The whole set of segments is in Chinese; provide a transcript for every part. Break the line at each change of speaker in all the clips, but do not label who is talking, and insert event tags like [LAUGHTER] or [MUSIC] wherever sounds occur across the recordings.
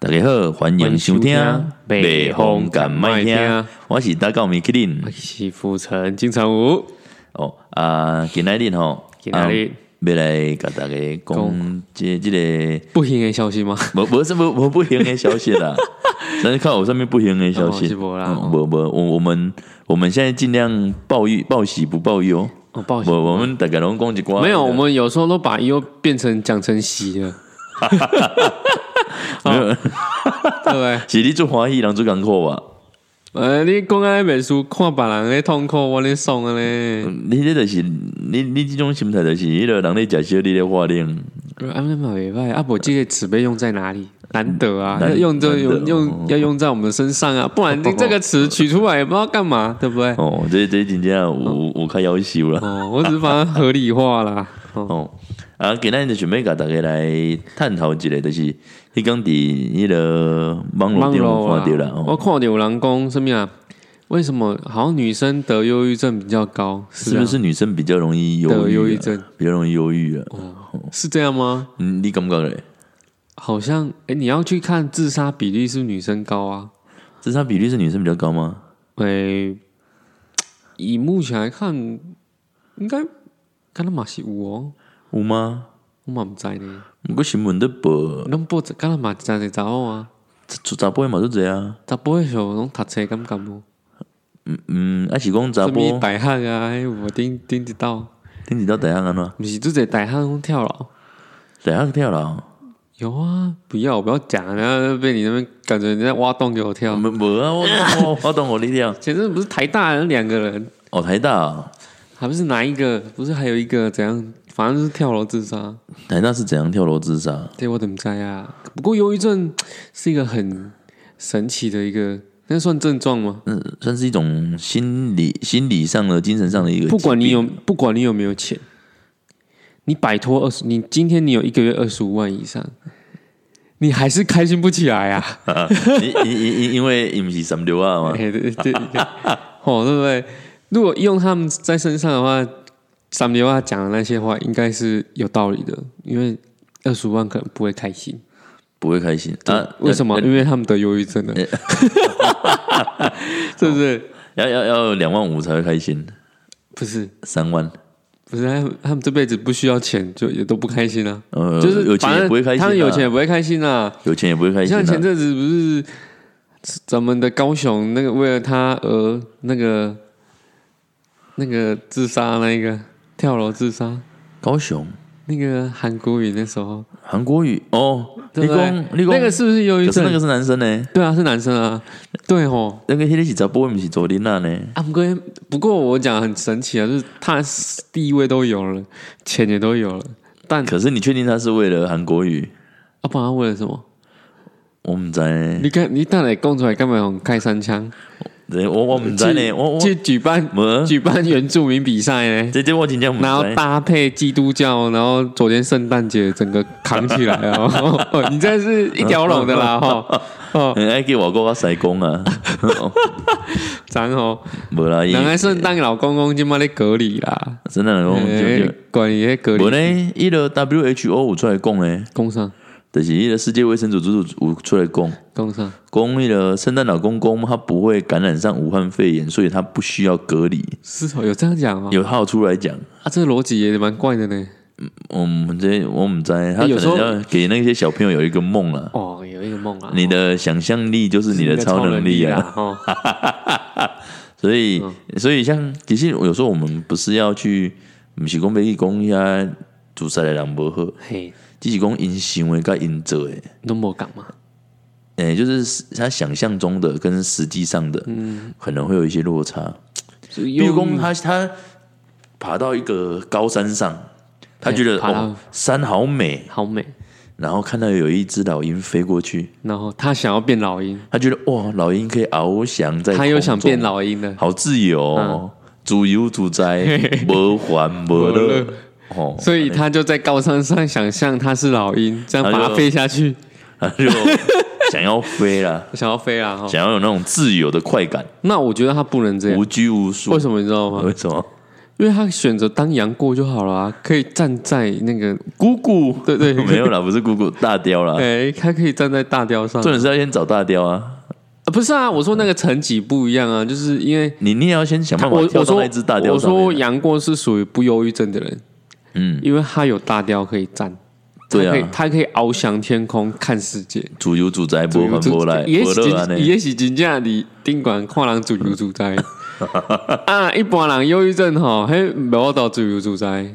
大家好，欢迎收听
欢迎收听
《北风敢麦听
麦听》，哎
我是大高米克林
西浮城金城武，
哦啊，今仔日吼，
今仔日
啊要来甲大家讲即即个
不行的消息吗？
无无是无无不行的消息
[LAUGHS]
啦，咱看有上面不行的消息，
哦是无啦
嗯无无我我们我们现在尽量报喜报喜不报忧，
哦，抱歉，
我我们大概拢讲一寡，
没
[LAUGHS]
有，我们有时候都把又变成讲成喜了，
没
哦
有，
对不对？
是你做欢喜人做艰苦啊吧？
呃，你讲安本书看别人的痛苦，我咧爽的咧，
你这就是你你这种心态就是迄个人咧食小你咧话令。
啊，那嘛袂歹，啊，不，这个词被用在哪里？难得啊，
[LAUGHS] 难
要用这
难
用
得哦
用要用在我们身上啊，不然这这个词取出来也不知道干嘛，对
[LAUGHS]
不对？
哦，这这真正有有有较夭寿啦。
哦，我只是把它合理化啦。哦，
哦，啊，今仔日就想要甲大家来探讨一下，就是迄工伫迄个网络
网
顶
络
有
啊
看到啦。，哦
我看到有人讲什么啊？为什么好像女生得忧郁症比较高？
是不
啊
是女生比较容易忧
得
郁啊？
忧郁哦症
比较容易忧郁啊？
是这样吗？
嗯，你感觉嘞？
好像哎，你要去看自杀比例是女生高啊？
自杀比率是女生比较高吗？
哎，以目前来看，应该看到马是有哦，
有吗？
我嘛不知呢。
毋过新闻都报，
咱报纸看到嘛真是查某啊，
查查甫的嘛都这啊。
查甫的时候拢读册感觉无，
嗯，啊是讲查
什么
甫
大汉啊，迄有顶顶一道，
顶一到大学安怎？
毋是做者大汉拢跳楼。
大学跳楼？
有啊，不要不要讲，然后被你那边感觉你在挖洞给我跳。
没无啊，我 [LAUGHS] 我我懂我你跳。
前阵不是台大那两个人，
啊哦，台大啊，
还不是哪一个？不是还有一个怎样？反正就是跳楼自杀。
台大是怎样跳楼自杀？
对，我怎么猜啊？不过忧郁症是一个很神奇的一个，那算症状吗？
嗯，算是一种心理、心理上的、精神上的一个疾病。
不管你有不管你有没有钱，你摆脱二十，你今天你有一个月二十五万以上，你还是开心不起来啊！
因，因因因因为你们是什么流啊嘛？
哎、对对对，哦，对不对？如果用他们在身上的话，三牛啊讲的那些话应该是有道理的，因为二十五万可能不会开心。
不会开心啊？
为什么？因为他们得忧郁症了，啊
呃
[LAUGHS] 是不是？
要要要两万五才会开心？
不是，
三万？
不是，他们他们这辈子不需要钱，就也都不开心啊。
呃，
就是
有钱
反正
也不会开心、啊，
他们有钱也不会开心啊。
有钱也不会开心、啊。
像前阵子不是咱们的高雄那个为了他而那个那个自杀那一个跳楼自杀
高雄
那个韩国语那时候，
韩国语哦，
对
立
不对
功立功，
那个是不是忧郁
可是
症？
那个是男生呢，
对啊，是男生啊，对吼。
那个黑天是查波，不是左琳娜呢。
啊，不过不过我讲很神奇啊，就是他地位都有了，钱也都有了，但
可是你确定他是为了韩国语？
啊，不然他为了什么？
我唔知道呢，
你看你当然讲出来，干嘛用开三枪？
我我唔知道呢，我我
去举办
没
举办原住民比赛呢？
这这我真正唔知
然
道
后。搭配基督教，然后昨天圣诞节整个扛起来哦，
[LAUGHS]
你这是一条龙的啦哈，哦，
很哎爱给我哥我西讲啊，
长哦，
无啦，伊
人家圣诞老公公今嘛咧隔离啦，
真的讲对
哎
不
管你咧隔
对？无
离，
呢，伊个 WHO 有出来讲诶，
工伤
就是伊个世界卫生组织有出来讲，
工伤，
讲伊个圣诞老公公他不会感染上武汉肺炎，所以他不需要隔离。
是哦，有这样讲哦，
有号出来讲，嗯
啊，这个逻辑也蛮怪的呢，
我们这我们在他可
哎有时
能
候
要给那些小朋友有一个梦啦。
哦，有一个梦啊，
你的想象力就是你的超能力
[LAUGHS]
啊！
啦，哦，
[LAUGHS] 所以，所以像其实有时候我们不是要去，不是讲要去讲遐自杀的人无好，
嘿，
只是讲因行为甲因做诶，
都没讲嘛，
诶、哎就是他想象中的跟实际上的，嗯，可能会有一些落差。
比
比如说他他爬到一个高山上，他觉得
哎爬到
哦山好美，
好美，
然后看到有一只老鹰飞过去，
然后他想要变老鹰，
他觉得哇，老鹰可以翱翔在，
他又想变，老嗯鹰啊了，
好自由、哦，自由自在，无烦无
无
乐
乐。
哦，
所以他就在高山上想象他是老鹰，这样把
他
它
就
飞下去，
他就想要飞啦，
想要飞啊！哈，
想要有那种自由的快感，
那我觉得他不能这样，
无拘无束。
为什么你知道吗？
为什么？
因为他选择当杨过就好了、啊，可以站在那个，
姑姑，
对对
[LAUGHS] 没有啊啦，不是姑姑，大雕啦。
哎、他可以站在大雕上。
重点是要先找大雕啊，
啊不是啊，我说那个层级不一样啊，就是因为
你你也要先想办
我
法
我
跳到
说
那一只大雕
我
上
说
面啊。
杨过是属于不忧郁症的人，
嗯，
因为他有大雕可以站，
对
他可以
啊，
他可以翱翔天空看世界。
主游主宅不还不来，
也
不
许
乐啊呢。
也许真正你顶管看人自由自
[LAUGHS]
在啊，一般人忧郁症吼，嘿，无到自由自
啊
在。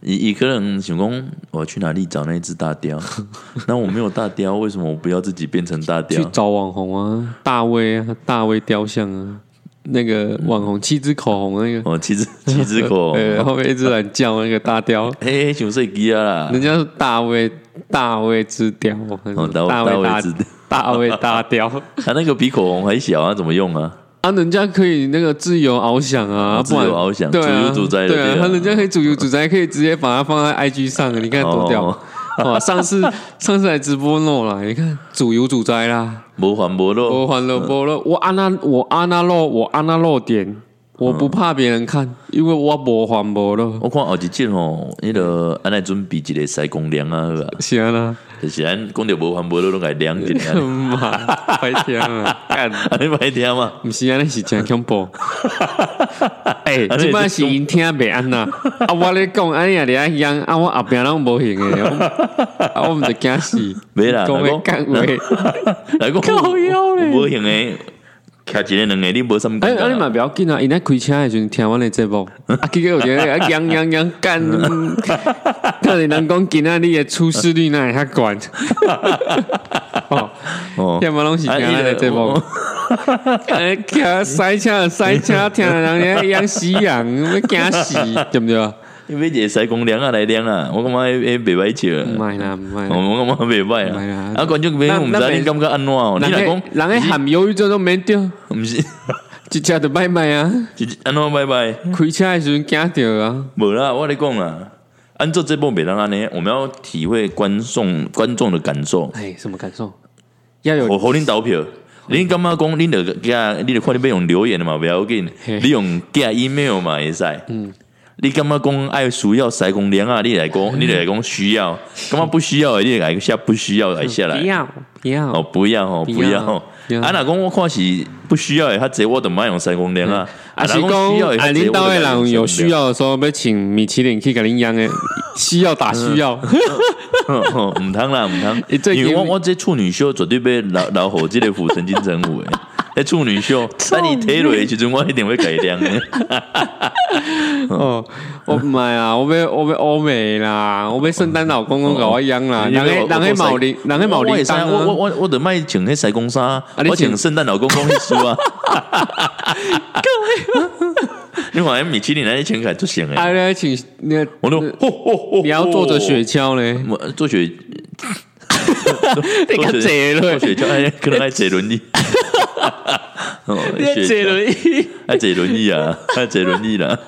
你你可能想讲，我去哪里找那一只大雕？ [LAUGHS] 那我没有大雕，为什么我不要自己变成大
去
雕？
找网红啊，大卫啊，大卫雕像啊，那个网红七支口红那个，
哦，七只七只
[LAUGHS]
狗，
呃，后面一直懒叫那个大雕，
哦嘿，熊睡鸡啊啦，
人家是大卫大卫之雕，还是 [LAUGHS]
哦，大大
卫
卫
大
知 [LAUGHS] 道，
大卫 [LAUGHS] 大
[LAUGHS]
雕
他那个比口红还小啊，怎么用啊？
啊，人家可以那个自由翱翔啊，
哦自
不
由
然
翱翔
对啊，
自由自在的
对啊
对，啊
他人家可以主由主宰，可以直接把它放在 IG 上，你看多屌
哦！
哇，
[LAUGHS]
上次上次来直播弄了，你看主由主宰啦。
无还无落，
我欢乐波
嗯
了，我安那我安那漏我安那漏点，我不怕别人看，因为我无还无了。
我看后一季吼，迄个安来准备一个西公粮啊，好吧？
是
[LAUGHS]
啊啦，
就是咱讲着无环保，拢来量一下，
[LAUGHS]
[LAUGHS]
妈，白天啊，干，
安尼歹听嘛。
不是安尼是真恐
[LAUGHS]
怖。哎，
安尼
即摆
是
是因听袂安
[LAUGHS]
呐，啊，我咧讲安尼啊，咧样啊，我后壁拢无型
[LAUGHS]
诶，我啊，我毋就惊死，
没啦，
讲
来
咧
讲
干话。
[LAUGHS] 来讲，
靠腰嘞
无型诶，徛一个两个，你无什么
哎，
感觉
啊，你
啦。
嘛不要紧啊！因咧开车的时阵听阮的节目，啊，结果有一个啊，扬扬扬
[LAUGHS]
干，嗯到底人讲今仔日的出事率哪会遐悬？ [LAUGHS]
[LAUGHS]
哦，
哦
听嘛拢是听咱的节目
啊，
哎，骑
[LAUGHS]
塞车塞车，听人家养死人，要惊死，对不对？
你买一个西公粮啊来量啊，我感觉迄袂歹笑
唔
啦，
系啦，唔系
哦。我感觉袂歹
不错啦
啦。啊，观众朋友，
咱
毋
咱
知你
袂
感觉安怎哦？你
人
若讲
迄，人迄含忧郁症都免着，
毋是，
一车就拜拜啊！
是安怎拜拜？
开车的时阵惊着啊！
无啦，我咧讲啦，按照这部袂当安尼，我们要体会观众观众的感受。
哎，什么感受？要有
我互恁投票。恁感觉讲，恁著加，你著看你要用留言的嘛，袂要紧。
嘿
你用寄 email 嘛会使。嗯，你感觉讲爱需要塞公粮啊？你来讲，你来讲需要，感觉不需要的，你来下不需要来下来
不。要不要
哦，不要哦，
不
不
要
要哦
不要。
啊，若讲我看是不需要的，他这我著毋爱用塞公粮啊。
啊，是
若讲需要
讲
的，
啊，
他
领
这
导
我
的
就
人有需要的时候，要请米其林去给您养的，需要打需要， [LAUGHS]
哦，唔通啦，唔通
欸，最
因为我
近
我这处女秀绝对被老老虎这个腐神经整蛊诶。 [LAUGHS] 那处女秀，那你推落的时阵，我一定会改良
[LAUGHS]
的。
哦，我唔买啊，我要我要欧美啦，我要圣诞老公公搞我养啦，人
因为
迄
我
人迄毛铃，人迄毛铃
我
铛
我我
啊，
我我得卖请那塞公衫啊，
你
我
请
请圣诞老公公一书
[LAUGHS]
啊。 [LAUGHS] 你好像米其林那些请凯就行哎，
啊，你请那个
我都吼吼吼
你要坐着雪，橇嘞，
我坐雪，
你
坐
个
雪
坐嘞
坐，雪橇，哎可能爱坐
[LAUGHS]
轮椅。哦
你
雪
坐
橇
轮椅，
爱坐轮椅啊， [LAUGHS] 爱坐轮椅啦。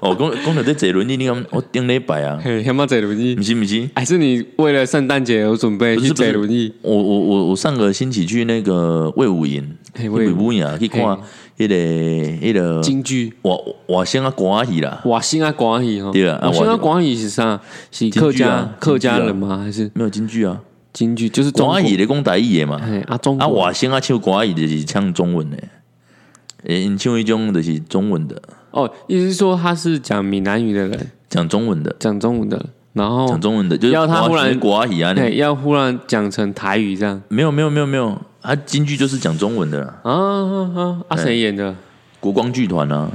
哦，讲讲到这坐轮椅，你讲我顶礼拜啊，
嘿，他妈坐轮椅
不，是不是，
还是你为了圣诞节有准备
不
去
是不
坐
是
轮椅？
我我我我上个星期去那个魏武营，
嘿
去
魏
魏
武
武营啊，去看
嘿
迄个迄个
京剧。
我我先啊赶戏啦，
瓦辛啊，广喜哈，
对啊啊
瓦辛啊，
我
广喜是啥？是
剧啊
客
京
家客家
剧啊
人吗？还是
没有京剧啊，
京剧？就是中国
赶戏咧讲台语的嘛，
哎啊，中国
啊我先啊唱赶戏就是唱中文的，诶，因唱一种就是中文的，
哦，意思是说他是讲闽南语的人，
讲中文的，
讲中文的，然后
讲中文的，就是
要他忽然
赶戏啊，
哎
那
要忽然讲成台语这样
没有没有没有没有，啊京剧就是讲中文的啦，
啊啊啊！啊谁演的？
国光剧团啊。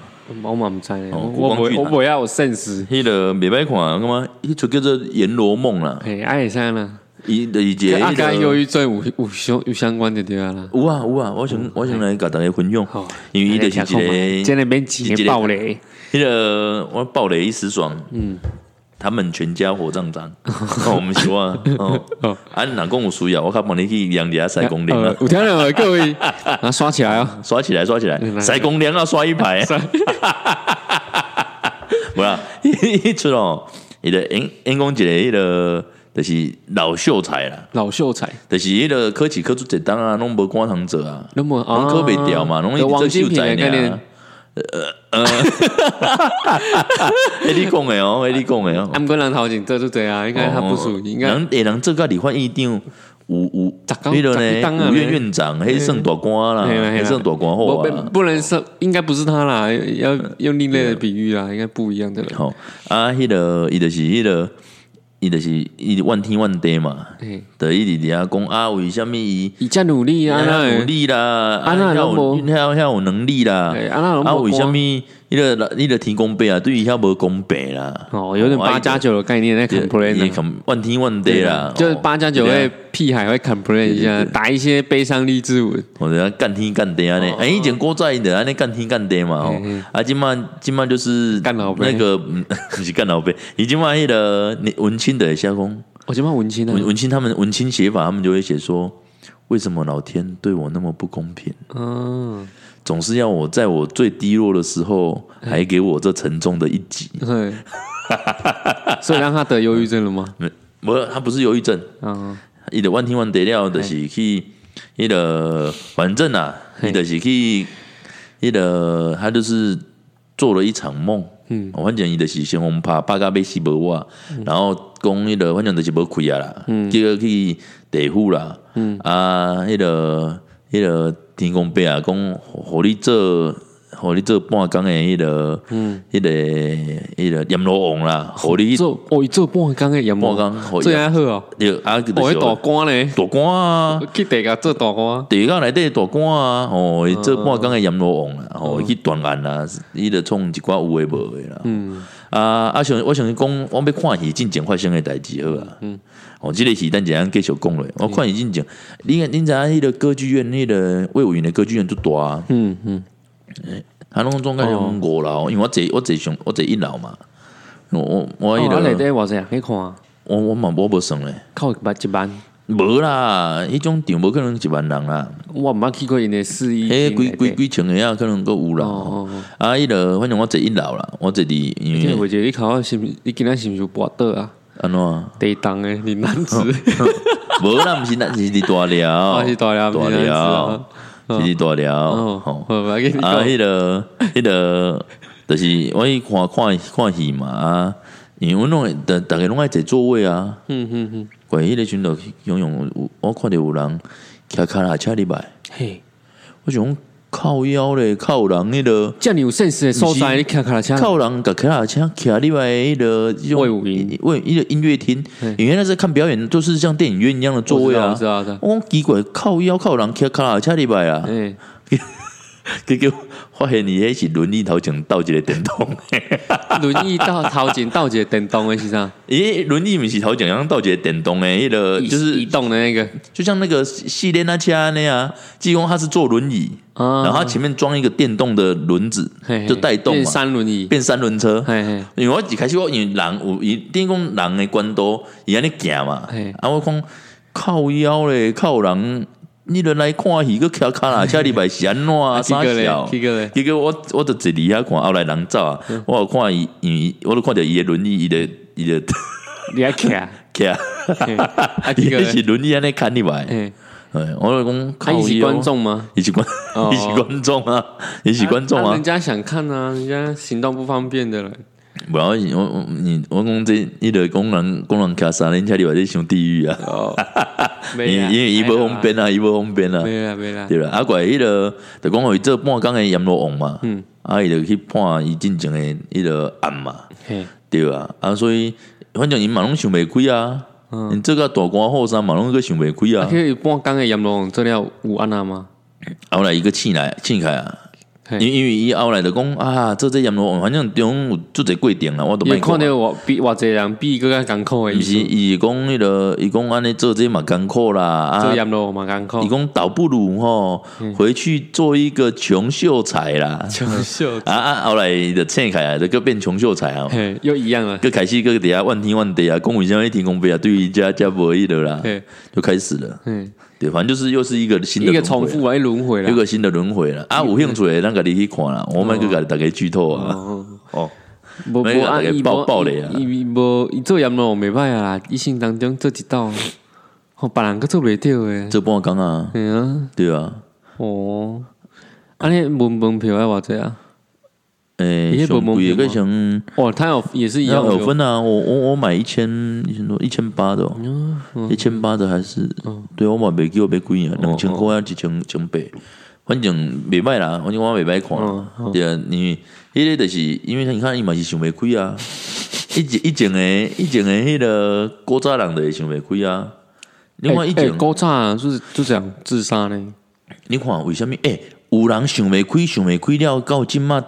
我嘛不知道呢，
哦
我
国光
我
剧
不
团
我不要有 sense。
迄个袂歹看，感觉迄出叫做《阎罗梦》啦，
哎，爱啥呢？
伊就是一个
跟阿甘
迄
忧
个。
郁症有有相有相关的对啊啦。
有啊有啊，我想我想来甲大家分享
好，
因为伊就
哎来听看
是
看
一
真
个
的免钱的暴雷，
迄个我爆雷一时爽，嗯，他们全家火葬 [LAUGHS] 场，哦，我们希望 [LAUGHS] 哦，啊，若讲有需要，我较帮你去养一下塞公粮
呃
啊，，
有听到没各位， [LAUGHS] 啊刷起来哦。
刷起来刷起
嗯来
来，塞公粮啊，刷一 [LAUGHS] 排，无啦， [LAUGHS] 迄出哦，伊的演演讲一个迄个就是老秀才啦。
老秀才，
就是迄个考试考出一档啊，拢无赶通做啊，
那么啊，
拢考袂掉嘛，拢一
有
直
王
做
金
秀
平
才
的概
尔
念
啊。 [LAUGHS] 哎，你讲的哦，哎，你讲的
[LAUGHS]
哦
啊，，毋过人头前做就对啊，应该他不属于，应该
人诶人这个你换一定有有，
十工
迄落
十一档啊
呢，五院院长，迄算大官啦，
嘿啦嘿啦
迄算大官
不
好啊
不。不能是，应该不是他啦，要用另类的比喻啦，应该不一样的人。
吼啊，迄落伊就是迄落伊就是伊怨天怨地嘛，
嘿
就一直伫遐讲啊，为什物伊
以这努力啊，那
遐努力啦，
啊那
遐
拢
有
无
遐有遐有能力啦
哎，啊那拢
啊
无
为什
官
物伊个伊个天公伯啊，对伊遐无公平啦，
哦，有点
啊
八加九的概念在
哦也
complain 啊。
肯怨天怨地啦，
就是
哦
八加九
对
会
啊
屁孩会 complain 一下，打一些悲伤励志文。
我就干天干地
哦
安尼，哎，以前古早伊就安尼干天干地嘛吼，啊，即满即满就是
嗯干老爸
那个，嗯 [LAUGHS] 不是干老辈，伊即满迄个你文青的写讲，
我今晚文青
文
啊，
文青他们文青写法，他们就会写说，为什么老天对我那么不公平，
嗯，
总是要我在我最低落的时候
嗯
还给我这沉重的一击？
对，所以让他得忧郁症
[LAUGHS]
了吗？
嗯不，他不是忧郁症，
啊，
伊就怨天怨地了，就是去迄个反正啊，伊就是去迄个他就是做了一场梦。嗯，反正伊就是先互拍拍甲要死无我，然后讲迄个反正就是无开啊啦，结果去地府啦，嗯啊，迄个迄个天公伯啊，讲互你做。互你做半工的迄、个，嗯，迄、个迄、个阎罗王啦，互你去
做哦，做半工的也
半
冇，
工，互
最
阎
爱好哦，
对啊，就
我
是
去大官呢，
大官啊，
去地下做大官，
地下内底大官啊，吼、伊做半工诶阎罗王啦，啊吼、伊去断案啦，伊著创一寡有诶无诶啦。嗯，啊啊，想我想讲，我要看伊进前发生诶代志好啊。嗯，哦，即、个是咱一下继续讲落，我看伊进前，你你知影迄个歌剧院，迄、个魏武云诶歌剧院就大啊，
嗯嗯，
啊，拢总共有五楼，因为我坐我坐上我坐一楼嘛。我我我迄、
哦，
个、
啊内底偌济人去看，
我我嘛我无算咧，
靠一万一万，
无啦，迄种场无可能一万人啦。
我毋捌去过因的四亿，
迄几几几千个啊，可能够有啦。
哦哦
啊，迄落反正我坐一楼啦，我坐伫因
你
为
回去你考是毋是？你今仔是毋是有跋倒啊？
安怎啊？
地动的你男子，
无啦，毋是咱是伫大
我 [LAUGHS]
寮，
哦是大了，
哦大
你男子啊
寮，，是伫大寮。
哦，
吼
好，我跟你
啊，
讲，
迄
[LAUGHS]
落迄落，就是我去看看看戏嘛啊，因为阮拢会逐逐个拢爱坐座位啊。
嗯嗯嗯，
过迄个阵就永永有，我看着有人骑骹踏车入来，
嘿，
我想讲靠腰咧，靠人迄落。
这样你有 sense 的所
不
在，
是
你看看车，
靠人甲卡拉枪，卡另外一个
魏武营，
魏一个音乐厅，演员那时候看表演就是像电影院一样的座位
我
啊
知。道，我知道，
我讲奇怪，靠腰靠人卡卡拉车礼拜啊，
哎，
结果发现你迄是轮椅头前倒一个电动， [LAUGHS]
轮椅到头前到一个电动的是啥？
咦，轮椅毋是头前像倒一个电动诶，迄个 [LAUGHS]
移
就是
移动的那个
就像那个系列那车那样啊，济公他是坐轮椅，
啊，
然后他前面装一个电动的轮子
嘿嘿，
就带动
变
嘛，啊
三轮椅，
变三轮车，
嘿嘿，
因为我一开始我因为人有伊，等于讲人的关多，伊安尼行嘛
嘿，
啊我讲靠腰咧，靠人，你著来看戏个骑卡啦，车礼拜是安怎
[LAUGHS]
啊？
去
啥
个嘞
笑，？
去个嘞，
结果我我就坐伫遐看，后来人走啊，
嗯
我有看伊，伊我都看着伊的轮椅，伊的伊的 [LAUGHS]
你还卡？
骑，
嘿啊，
伊
去个
的是
嘞，
轮椅安尼牵入来，
哎，啊
哎，我就讲
他
靠
一起
腰
观，众吗？
伊是观，
哦
[LAUGHS] 伊是观众啊，伊是观众
啊
啊
人，家想看啊，人家行动不方便的人，
不要紧，我我你我讲这，伊的工人工人骑三轮车入来，这上地狱啊！
哦，没
因
啦
因为伊无方，便啊，伊无方便啊
还好啦，没啦没啦，
对啦。啊，怪迄个，就讲互伊做半工的阎罗王嘛，
嗯
啊，伊就去判伊进前的迄个案嘛，
嘿，
对啊。啊，所以反正伊嘛拢想袂开啊，因这个大官后生嘛拢个想袂开
嗯啊，
啊。
去半工的阎罗王做了有安娜吗？
后来伊个气来气开啊，
嘿
因因为伊后来就讲啊，做这阎罗王，反正中有做者过嗯程啦，啊我都
也
没
看到我比偌济人比更较艰苦的
毋
意
是，
思，
伊是讲迄个，伊讲安尼做这嘛艰苦啦啊
做。阎罗王嘛艰
伊
苦，
讲倒不如吼回去做一个穷秀才啦，
穷 [LAUGHS] 秀，
啊啊！后来就请开来，就个变穷秀才啊，
嘿，又一样了，
[LAUGHS] 个开始个底下万天万地啊，公务员一天公费啊，对于家家不易的啦，
嘿，
就开始了。
嘿，
对，反正就是又是一个新的
一个
轮回
重
啊，
复啊，一轮回
又一
了。
个新的轮回了。啊，有兴趣的咱家己去看啦，我们个个大家剧透啊。
哦
哦，
无
没
无
有
啊，
大家
伊
爆爆
无
雷啊
伊伊无伊做阎罗王袂歹啊，一生当中做一道，吼，别人个做袂到诶。
这半讲啊，
嘿啊，
对啊，
哦，安尼门门票要偌济啊？
诶、
你
欸，
那无
上
蒙
贵
骗
的
吗
个像
哦，他有也是一
要
样
有分啊，我我我买一千一千多一千八的、哦，
嗯
一千八的还是、对我买袂记我买贵
哦
啊，两千块啊，一千一千八，反正袂歹啦，反正我袂歹看
哦
啦，对啊，因为迄个就是因为你看伊嘛是想袂开
[LAUGHS]
啊，一前一前诶一前诶迄个古早人就会想袂开啊，另外一前、
哎哎高炸啊就是就这样自杀呢，
你看为什么诶、有人想袂开想袂开了到即嘛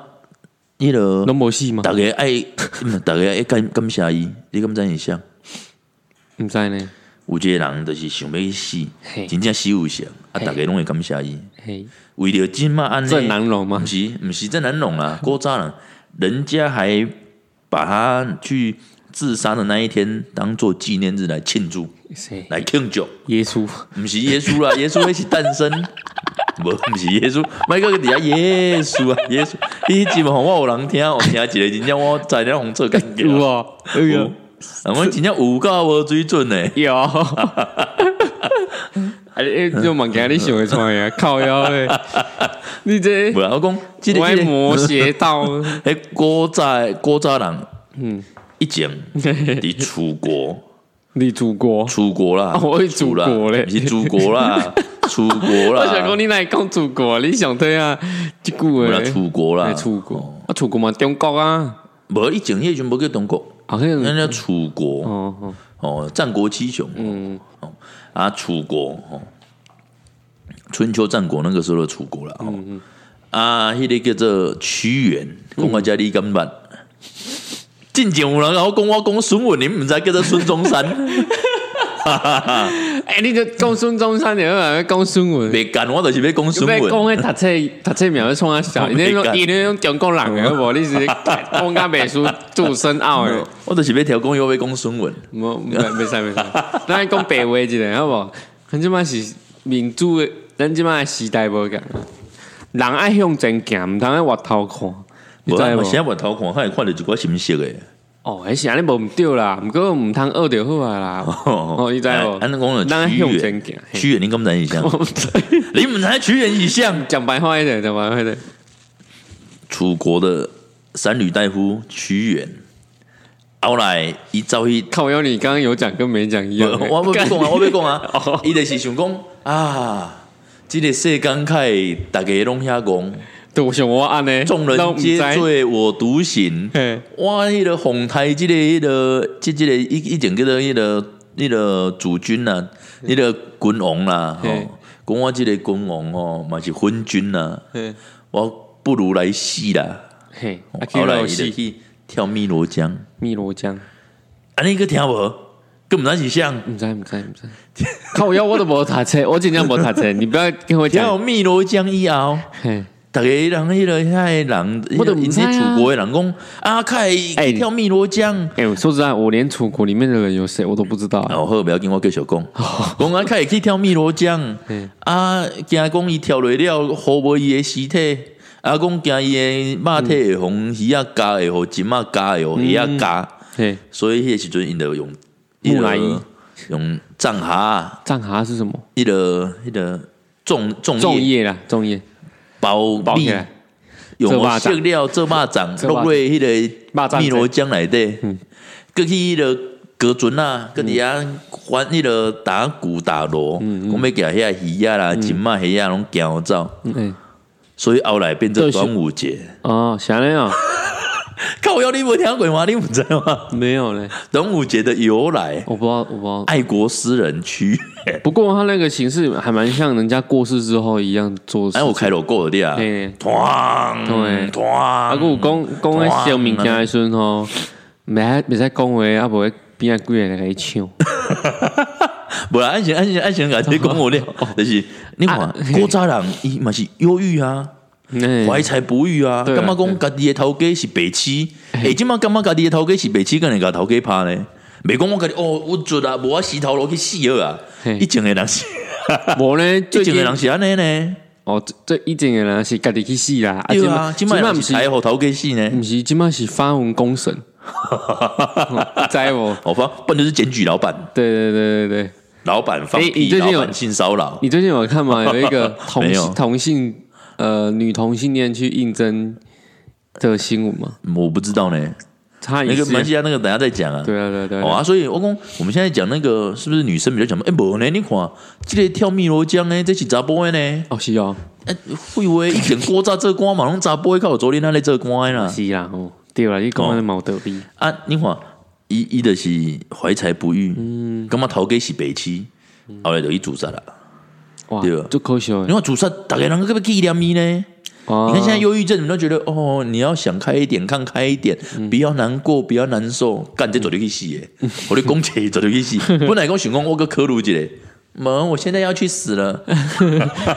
迄个。
拢无戏吗？
哦大家爱， [LAUGHS] 嗯大家爱感感谢伊，你敢知影啥？
唔知呢，
有一个人就是想要死
嘿，
真正死有啥，啊，
嘿
大家拢会感谢伊。
嘿，
为着即嘛安尼，
郑南榕吗
毋？是毋是郑南榕啦，古早人，人家还把他去自杀的那一天当做纪念日来庆祝，
谁？
来庆祝。
耶稣？
毋是耶稣啊啦，耶稣迄是诞生，无毋是耶稣，麦克底下耶稣啊，耶稣，你迄集嘛，我有人听，我听一个真正我知了红做干
[LAUGHS]
掉。
有哦，有
有
有
啊，我真正有够无水准诶，
有。啊！你就物件你想会出来啊，靠腰嘞！你这
无啦，我讲即个
歪
即个
魔邪道，
迄古早的古早人，嗯，以前伫出国，
你祖国？
出国啦，
哦我会
出啦
出国嘞
不是出国
[LAUGHS]
啦，出国
我想讲
啦，
你来讲祖国，你想对啊？即句
无啦，
诶，
出国啦
来，出国啊，出国嘛，中国啊，
无以前迄时阵无叫中国，
好像
咱叫出国，
哦哦，
哦，战国七雄，嗯，哦啊，楚国，哦，春秋战国那个时候的楚国了，哦，
嗯
啊，迄、个叫做屈原，讲到遮你敢捌？进前有人甲我讲，我讲孙文，你毋知叫做孙中山，
[LAUGHS] 哎，你就讲孙中山，你要讲孙文。
袂干，我就是要讲孙
要讲
文。
迄读册读册名要创啊
[LAUGHS]
小，你那种伊那种中国人诶，无你是讲甲美术做
[LAUGHS]
深奥诶，
我就是要调讲，又要讲孙文，
无袂使袂使，咱讲白话一下好无？咱即摆是民主诶，咱即摆时代无共，人爱向前行，毋通爱往头看，你
无
知
啊，我现
无？
在外头看，还会看到一寡新色的。
哦，迄是安尼无毋对啦，毋过毋通学着好啊啦。哦，你知无？
哎安尼讲
咱
了，
爱
屈
向前行
原，，屈原你敢知影像？
我毋知
啊你毋知屈原以像？
[LAUGHS] 讲白话一点，讲白话一点。
楚国的三闾大夫屈原，后来伊走 [LAUGHS] 去，
靠腰，你刚刚有讲跟没讲一样
我
欸。
我
[LAUGHS]
要讲啊，我要讲啊 [LAUGHS]
哦，
伊就是想讲啊，即、个世间界大家拢遐讲，
对，我想我安尼，
众
咱
人
不知
皆。醉我独醒。
嘿，
我迄个洪台，即、个迄、个，即、即个一一点叫做迄个迄个主君啦、啊，迄、个君王啦、吼、
嘿
讲我即个君王吼、嘛是昏君啦、
嘿，
我不如来死啦。
嘿，啊，去
后来
老
伊就
戏
去跳汨罗江。
汨罗江，
安尼个听无，跟毋知是像
唔知唔知唔知。 [LAUGHS] 靠腰，我都无读册，我真正无读 [LAUGHS] 册，你不要跟我
跳
讲。
汨罗江以后，
嘿，
逐个人迄个遐个人，
我都不
因
知
些
啊
楚国的人讲啊，开
哎
跳汨罗江。
哎，我说实在，我连楚国里面的人有谁我都不知道。啊
哦，好，不要紧，我继续
[LAUGHS]
讲。
哦
讲啊，开始去跳汨罗江
嗯，
啊，惊讲伊跳落了，好无伊的尸体，啊，讲惊伊的肉体会互鱼啊咬，会互金啊咬，会
嗯
互鱼啊咬，
嘿，
所以迄个时阵因着用
木乃伊，
用藏蛤，
藏蛤是什么？
迄个迄个粽粽
粽
叶
叶啦，粽叶，
包
包起
米。
来。
用
做
我
肉粽
色料做肉粽，
[LAUGHS] 做肉粽
落去迄
肉
个
粽嗯
汨罗江内底，过去迄个隔船啊，搁伫遐翻迄个打鼓打锣，
嗯
讲要夹遐鱼啊啦、金仔虾啊拢夹走，
哎，
所以后来变成
这是
端午节。
哦，啥嘞哦？
靠腰，你无听过吗？你不知道吗？[LAUGHS]
[LAUGHS] 没有嘞，
端午节的由来，
我不知道，我不知道。
爱国诗人屈原，
不过他那个形式还蛮像人家过世之后一样做事
哎，。我开锣过的啊， [LAUGHS]
嘿
哐
对
哐，
啊，
啊
佮有讲讲迄小物件的时阵吼，袂使袂使讲话，啊，袂边仔几个人
[LAUGHS]
来抢。
无啦，安全安全安全，感觉讲
[LAUGHS]
我了，就是你看
哦啊，
古早人伊嘛是忧郁啊。
嗯
怀才不遇啊！
对啊
感觉讲家己的头家是白
[LAUGHS]
痴？哎，即马感觉家己的头家是白痴，跟人家头家拍呢？袂讲我家己哦，我准啊，无我洗头路去死好啊！
嘿
以前的人是，
无呢，最
以前
近
的人是安尼呢？
哦，最以前的人是家己去死啦，啊
对啊，即
今
摆
摆
人
毋
是
是嗯
台互头家死呢？
毋是今摆是发文
[LAUGHS]
公审，哦知无？
哦，反不然就是检举老板，
对对对对对，
老板放
哎你
屁，
最
老
近有
板性骚扰，
你最近
[LAUGHS]
有看吗？有一个同
没有
同性呃女同性恋去应征这个新闻嘛，
我不知道呢。
他
那
也
个
是
马来西亚那个等下再讲啊。
对啊对啊对
哦
啊，
啊，所以我讲我们现在讲那个是不是女生比较讲嘛？哎、无呢，你看这个跳汨罗江呢，这是查甫的呢。
哦是哦，
哎、会不会一点锅炸这光嘛，拢查甫的靠昨天那咧这光的啦。
是啦哦，对啦，你讲的冇道理，
啊，你看伊伊就是怀才不遇，嗯，感觉头家是白痴，
嗯
后来就去自杀了。
哇
对啊，
就可惜了
你看自杀，大家人个要纪念伊呢？
哦，
你看现在忧郁症，你们都觉得哦，你要想开一点，看开一点，
嗯
不要难过，不要难受，干这绝对去死耶！我的公姐绝对去死，
[LAUGHS]
本来跟我想讲我个科鲁姐，门我现在要去死了，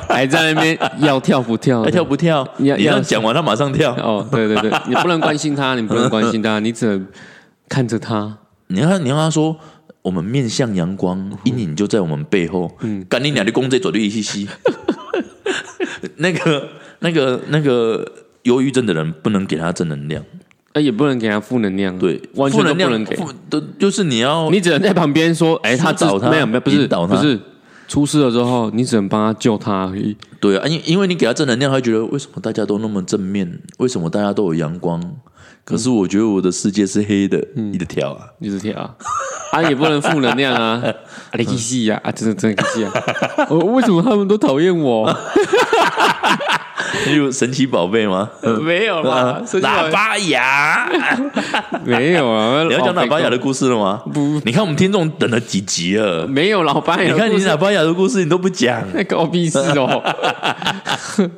还在那边要跳不跳
要
的，
跳不跳？你这
你 [LAUGHS] 要
样
要
讲完，他马上跳。嗯
哦，对对对，你不能关心他，你不能关心他，你只能看着他。
你看，你让他说。我们面向阳
嗯
光，阴影就在我们背后。干你娘的公这绝对去死。 [LAUGHS] 那个、那个、那个忧郁症的人，不能给他正能量。
那哎也不能给他负能量，啊
对，
完
负
全都
能
不
量
能给，
负都就是你要
你只能在旁边说，哎，他
疏导
自
他
没有没有，不
引
是
导他
不是出事了之后，你只能帮他救他而已。
对啊，因因为你给他正能量，他会觉得为什么大家都那么正面，为什么大家都有阳光？可是我觉得我的世界是黑的，
嗯
你的条啊， [LAUGHS]
你是跳啊，啊也不能负能量啊，啊你去死啊，啊真的真的去死啊！ [LAUGHS] 我为什么他们都讨
[LAUGHS]
厌我？
你有神奇宝贝吗？ [LAUGHS]
没有 [LAUGHS] 啦，生气
喇
了
叭牙，
没有啊，
[LAUGHS] 你要讲喇叭牙的故事了吗？
不，
你看我们听众等了几集了，
没有啊老八
你
牙，
看你喇叭牙的故事你都不讲，
那个我屁事
[LAUGHS]
哦，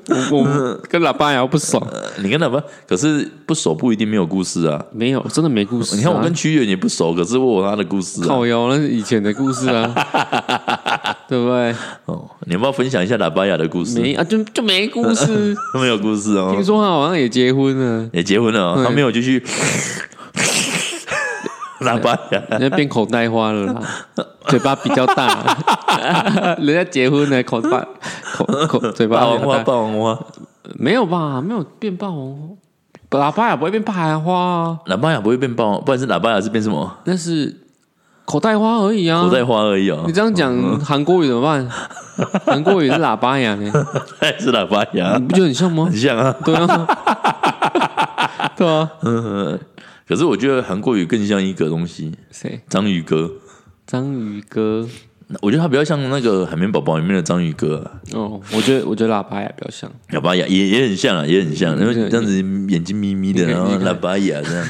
嗯
我我跟喇叭牙不爽，
呃你跟喇叭，可是不熟不一定没有故事啊。
没有真的没故事啊。
你看我跟屈原也不熟，可是我有他的故事啊。
靠腰，那是以前的故事
[LAUGHS]
啊，对不对？
哦，你要不要分享一下喇叭牙的故事？
没啊，就就没故
[LAUGHS]
事。
没有故事哦
听，说他好像也结婚了，
也结婚了、哦，他没有就
[LAUGHS]
去喇叭牙。
人家变口袋花了
[LAUGHS]
啦，嘴巴比较大，人家结婚了，口巴口口嘴巴
霸王
比较
花，
大，
霸王花，
没有吧？没有变霸王花，喇叭也不会变霸王花啊，
喇叭牙不会变霸王，不然是喇叭牙是变什么？
那是口袋花而已啊。
口袋花而已哦
你，这样讲韩国语怎么 [LAUGHS] 办？韩国语是喇叭呀，呢，
[LAUGHS] 还是喇叭牙
你，不觉得很像 [LAUGHS] 吗
很？像啊。
对啊，对啊，
可是我觉得韩国语更像一个东西，
谁？
章鱼哥。
章鱼哥。
我觉得它比较像那个海绵宝宝里面的章鱼哥啊，
哦，我觉得我觉得喇叭也比较像。
喇叭牙也也很像啊，也很像，因为
对
这样子眼睛眯眯的，
你看
然后
你看
喇叭牙这样，啊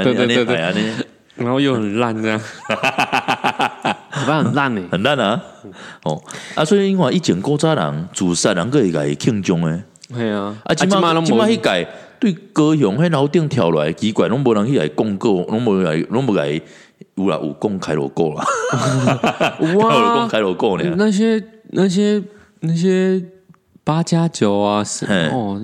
[LAUGHS] 对对对对
啊，那
然后又很烂这样，喇叭很烂呢、欸
很烂啊，哦啊，所以因为一剪勾渣人自杀人个会家庆祝诶。
对啊，
啊，即
现在
马
都
即
没
马迄届对高雄迄楼顶跳落来，奇怪，拢无人去来共告，拢无来，拢无来，有啦，有讲开锣鼓啦，有讲 [LAUGHS]
哇，
开锣鼓呢。
那些那些那些八加九啊，是
嘿
哦，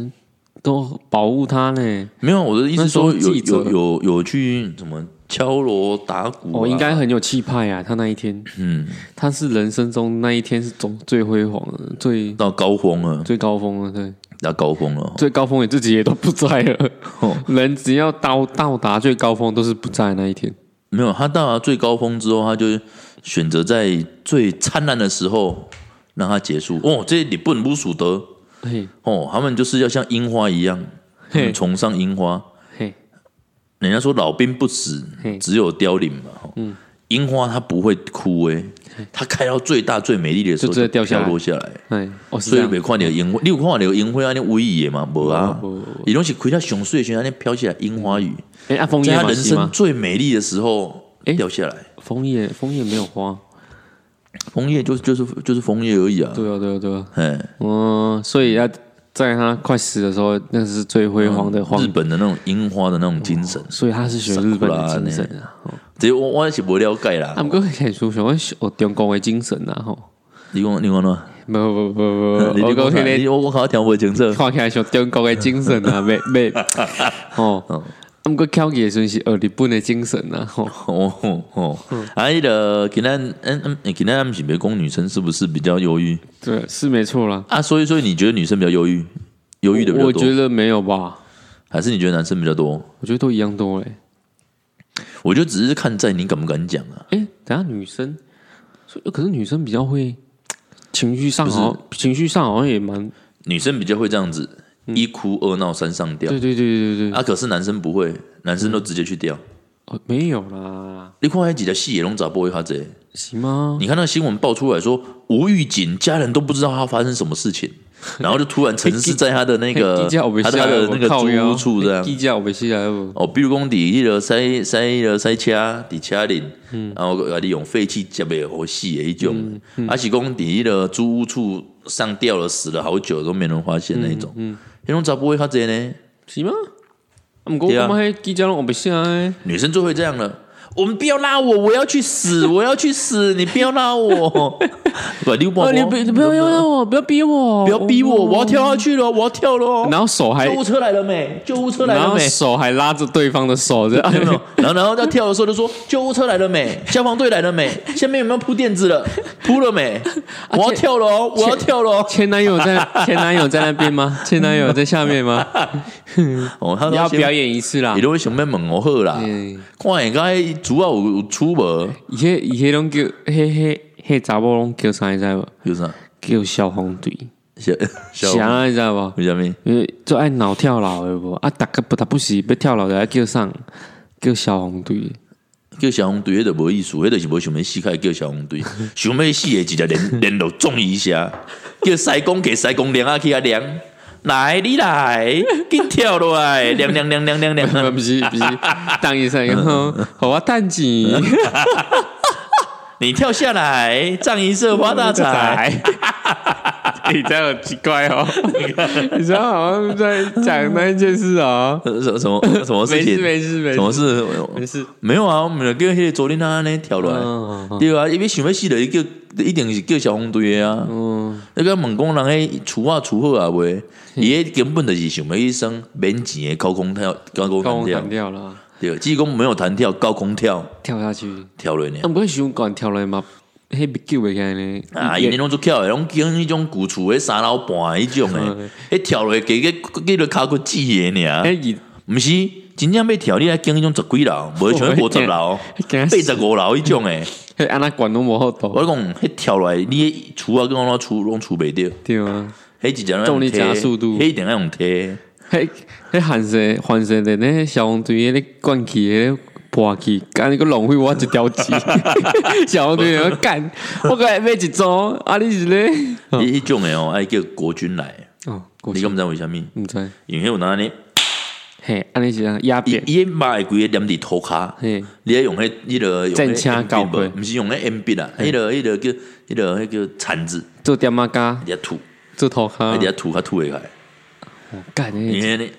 都保护他呢。
没有，啊我的意思说
那时候
有
记者
有有有去什么敲锣打鼓、啊，
哦，应该很有气派啊，他那一天，
嗯
他是人生中那一天是总最辉煌的，最
到高峰啊了，
最高峰了，对，
到高峰了。
最高峰也自己也都不在了。人只要到到达最高峰，都是不在那一天。
没有，他到达最高峰之后，他就选择在最灿烂的时候让它结束。哦，这日本不属德
嘿，
哦，他们就是要像樱花一样，他们
嘿
崇尚樱花。
嘿，
人家说老兵不死
嘿，
只有凋零嘛。嗯，樱花它不会枯萎，它开到最大最美丽的时候
就直接掉下来
飘落下来。
哎，哦，
所
是这
以
样
没看到樱花，你有看到樱花安尼威仪的嘛？无啊
没没，
伊拢是开到上水的时候安尼飘起来樱花雨，
哎，啊，枫叶
在他
嘛
人
是
生
吗？
最美丽的时候
诶
掉下来。
枫叶，枫叶没有花。
枫叶就就是就是枫叶而已啊。
对啊，对啊，对啊。
哎，
嗯，所以要在他快死的时候，那是最辉煌的
日
黄。
本的那种樱花的那种精神，
所以他是学日本的精神啊。
这我我也是不了解啦
啊，。毋过很舒服，我学中国的精神啊，吼。
你讲你讲呢？
无无无无，
[LAUGHS] 你
我
你
讲
讲啥
迄
你我我好像听不清
[LAUGHS]
楚
个。看起来像中国的精神啊，袂
[LAUGHS]
袂吼。啊，毋过翘起的时阵是学日本的精神啊，吼。
哦哦
嗯
哦，啊，迄个今咱嗯嗯，今咱他们是别讲女生是不是比较忧郁
对，是没错啦。
啊？所以所以你觉得女生比较忧郁，忧郁的比较
我
多，
觉得没有吧，
还是你觉得男生比较多？
我觉得都一样多嘞。
我觉得只是看在你敢不敢讲啊。
哎，等一下女生，所以可是女生比较会情绪上好像，情绪上好像也蛮
女生比较会这样子，一哭二闹三上吊
嗯对对对对对，
啊，可是男生不会，男生都直接去吊。
哦，没有啦，
你看那几条戏也拢找不会他这，
行吗？
你看那个新闻爆出来说吴玉锦家人都不知道他发生什么事
[LAUGHS]
情，然后就突然沉尸在他的那个
计价我没
他
下
的他的那个租屋处这
[LAUGHS]
样。
计价我没下来不？
哦，比如讲，伫迄个塞塞迄个塞车，伫车顶，
嗯
然后啊，利用废气接袂好死的迄种，啊是讲伫迄个租屋处上吊了，死了好久都没人发现那一种，
嗯
迄种查甫会较济呢，
是吗？啊，不过我
对啊
感觉迄计价拢我没下来，
女生最会这样了。我们不要拉我，我要去死，我要去死！你不要拉我， [LAUGHS] 对你
[LAUGHS] 哦，
不
你不你不要要我，不要逼我，
不要逼我，我要跳下去了，我要跳了哦。
然后手还
救护车来了没？救护车来
然
了
后
没？
手还拉着对方的手， [LAUGHS] 这
有没有
样？
[LAUGHS] 然后然后在跳的时候就说：“救护车来了 [LAUGHS] 没？消防队来了没？下面有没有铺垫子了？铺了 [LAUGHS] 没？我要跳了哦！我要跳了哦
前男友在前男友在那边 [LAUGHS] 吗？前男友在下面 [LAUGHS] 吗？！”
[LAUGHS] 哦，他
你要表
演，啊
演一次啦
你！都会想要问我好啦。
嗯
看人家主要有有出门
以前以前拢叫嘿嘿嘿，查某拢叫啥你知无？
有啥？
叫消防队，啊
小小
啥你知无？
为什么？
因为做爱脑跳楼的无啊，大家不他不是要跳楼的，要叫上叫消防队。
叫小红队迄就无意思，迄就是无想要死，开叫小红队，想要死的直接连连落中一下，叫西公给西公凉啊去啊凉，来你来，紧跳落来，凉凉凉凉凉凉。
[LAUGHS] 不是 [LAUGHS] 不是，当医生然后好啊，蛋姐，
你跳下来，葬一色发大财。
你这样奇怪哦，你知道好像在讲那一件事哦。
呃什什么什么事情？
没事没事没事
什么事？
没事，
没有啊，我们跟迄个昨天那那跳落
嗯
来，对啊，因为想要死的叫一定是叫小红队的啊。
嗯，
那个问讲人诶，厝啊厝好啊袂，伊迄根本就是想要一生免钱的高空跳，高空
帮
弹
我
跳
砍，掉了啊，
对，只是讲没有弹跳，高空跳
跳下去。
跳落呢
啊，。不过想管跳了嘛，迄被救袂起来呢。
啊，伊迄拢做跳的，拢经迄种旧厝诶三楼半迄种诶，迄跳落加个加个骹骨子诶尔。
嗯哎，伊
毋是，真正要跳，你来经迄种十几楼，无像迄五十楼、
哦 [LAUGHS] 惊
八
死
十五楼迄种诶。
迄安那管拢无好度，
我讲，迄跳落来，你的厝啊，跟我厝拢厝袂着，
对吗？
迄一啊只
动力加速度
迄一定要用贴。
迄迄韩式韩式的那消防队咧灌起咧破起，干你个浪费我一条钱。消防队要干，我该买一组，啊你是咧？
迄迄种诶哦，爱叫国军来，
哦，
你敢毋知为虾米？
毋知，
因为有哪尼，
嘿，安尼是啊，鸦
伊
片，
伊迄肉诶规个粘伫涂骹，
嘿，
你爱用迄迄落用
正枪搞嗯
袂
过，
毋是用迄 M 笔啦，迄落迄落叫迄落迄叫铲子，
做点仔加，
伫遐吐，
做涂
伫
骹，
遐吐较吐会开，
干
因为
诶，
呢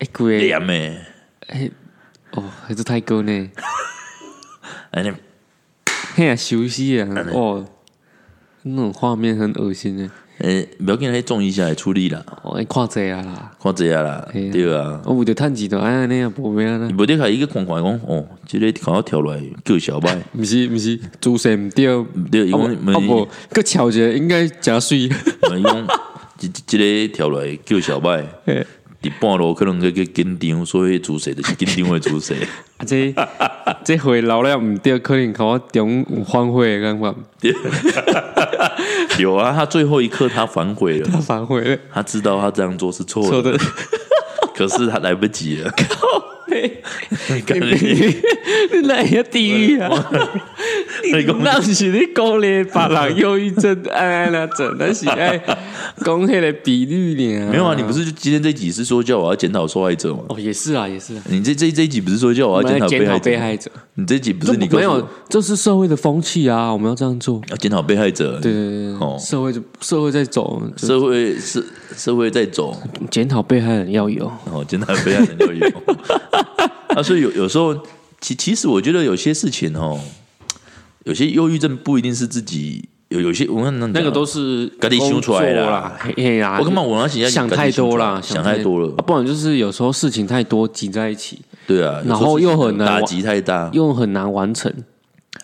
一贵，
黏诶，
嘿，哦，迄做太高呢，
安尼
嘿啊，休息啊，哦，那种画面很恶心诶，
诶，呃不要紧，迄种一下会处理啦。
哦，会看济啊啦，
看这啊啦，
嘿啊
对啊。
我有着趁钱就安尼啊，无咩啦
你，无得开伊个看看讲，哦，即个看我跳落来叫
[LAUGHS]
小白，
毋是毋是，姿势毋对，
对，伊
啊
讲
无啊
问
无，佮巧者应该诚水， [LAUGHS]
伊讲，即即个跳落来叫小白，
嘿
伫半路可能个个紧张，所以姿势就是紧张的姿势，
啊这这回老了毋对，可能甲我中有反悔的感觉，
[LAUGHS] 有啊，他最后一刻他反悔了，
他反悔了，
他知道他这样做是错
错
的，
的。
可是他来不及
[LAUGHS]
了，感觉
你来个地狱 [LAUGHS] 啊！你那不是你鼓励别人忧郁症安安那症，那是爱讲迄个比率呢？
没有啊，你不是就今天这集是说叫我要检讨受害者吗？
哦，也是啊，也是啊。
你这这这一集不是说叫我
我
要
们
检
要
讨
检
被
讨
害
被
者吗？
害者，
你这集不是你告
没
诉
有
我，
这是社会的风气啊，我们要这样做。
要检讨被害者？
对对对
哦
对，社会就社会在走，就
社会社社会在走，
检讨被害人要有。
然后检讨被害人都有。 [LAUGHS] 啊，所以有有时候，其其实我觉得有些事情哦，有些忧郁症不一定是自己有，有些我看
那个都是
自己想出来的啦
啦，嘿嘿啦，
我干嘛我那写
想太多啦，
想太多了
啊，不然就是有时候事情太多挤在一起，
对啊，
然后又很难
打击太大
又很难完成。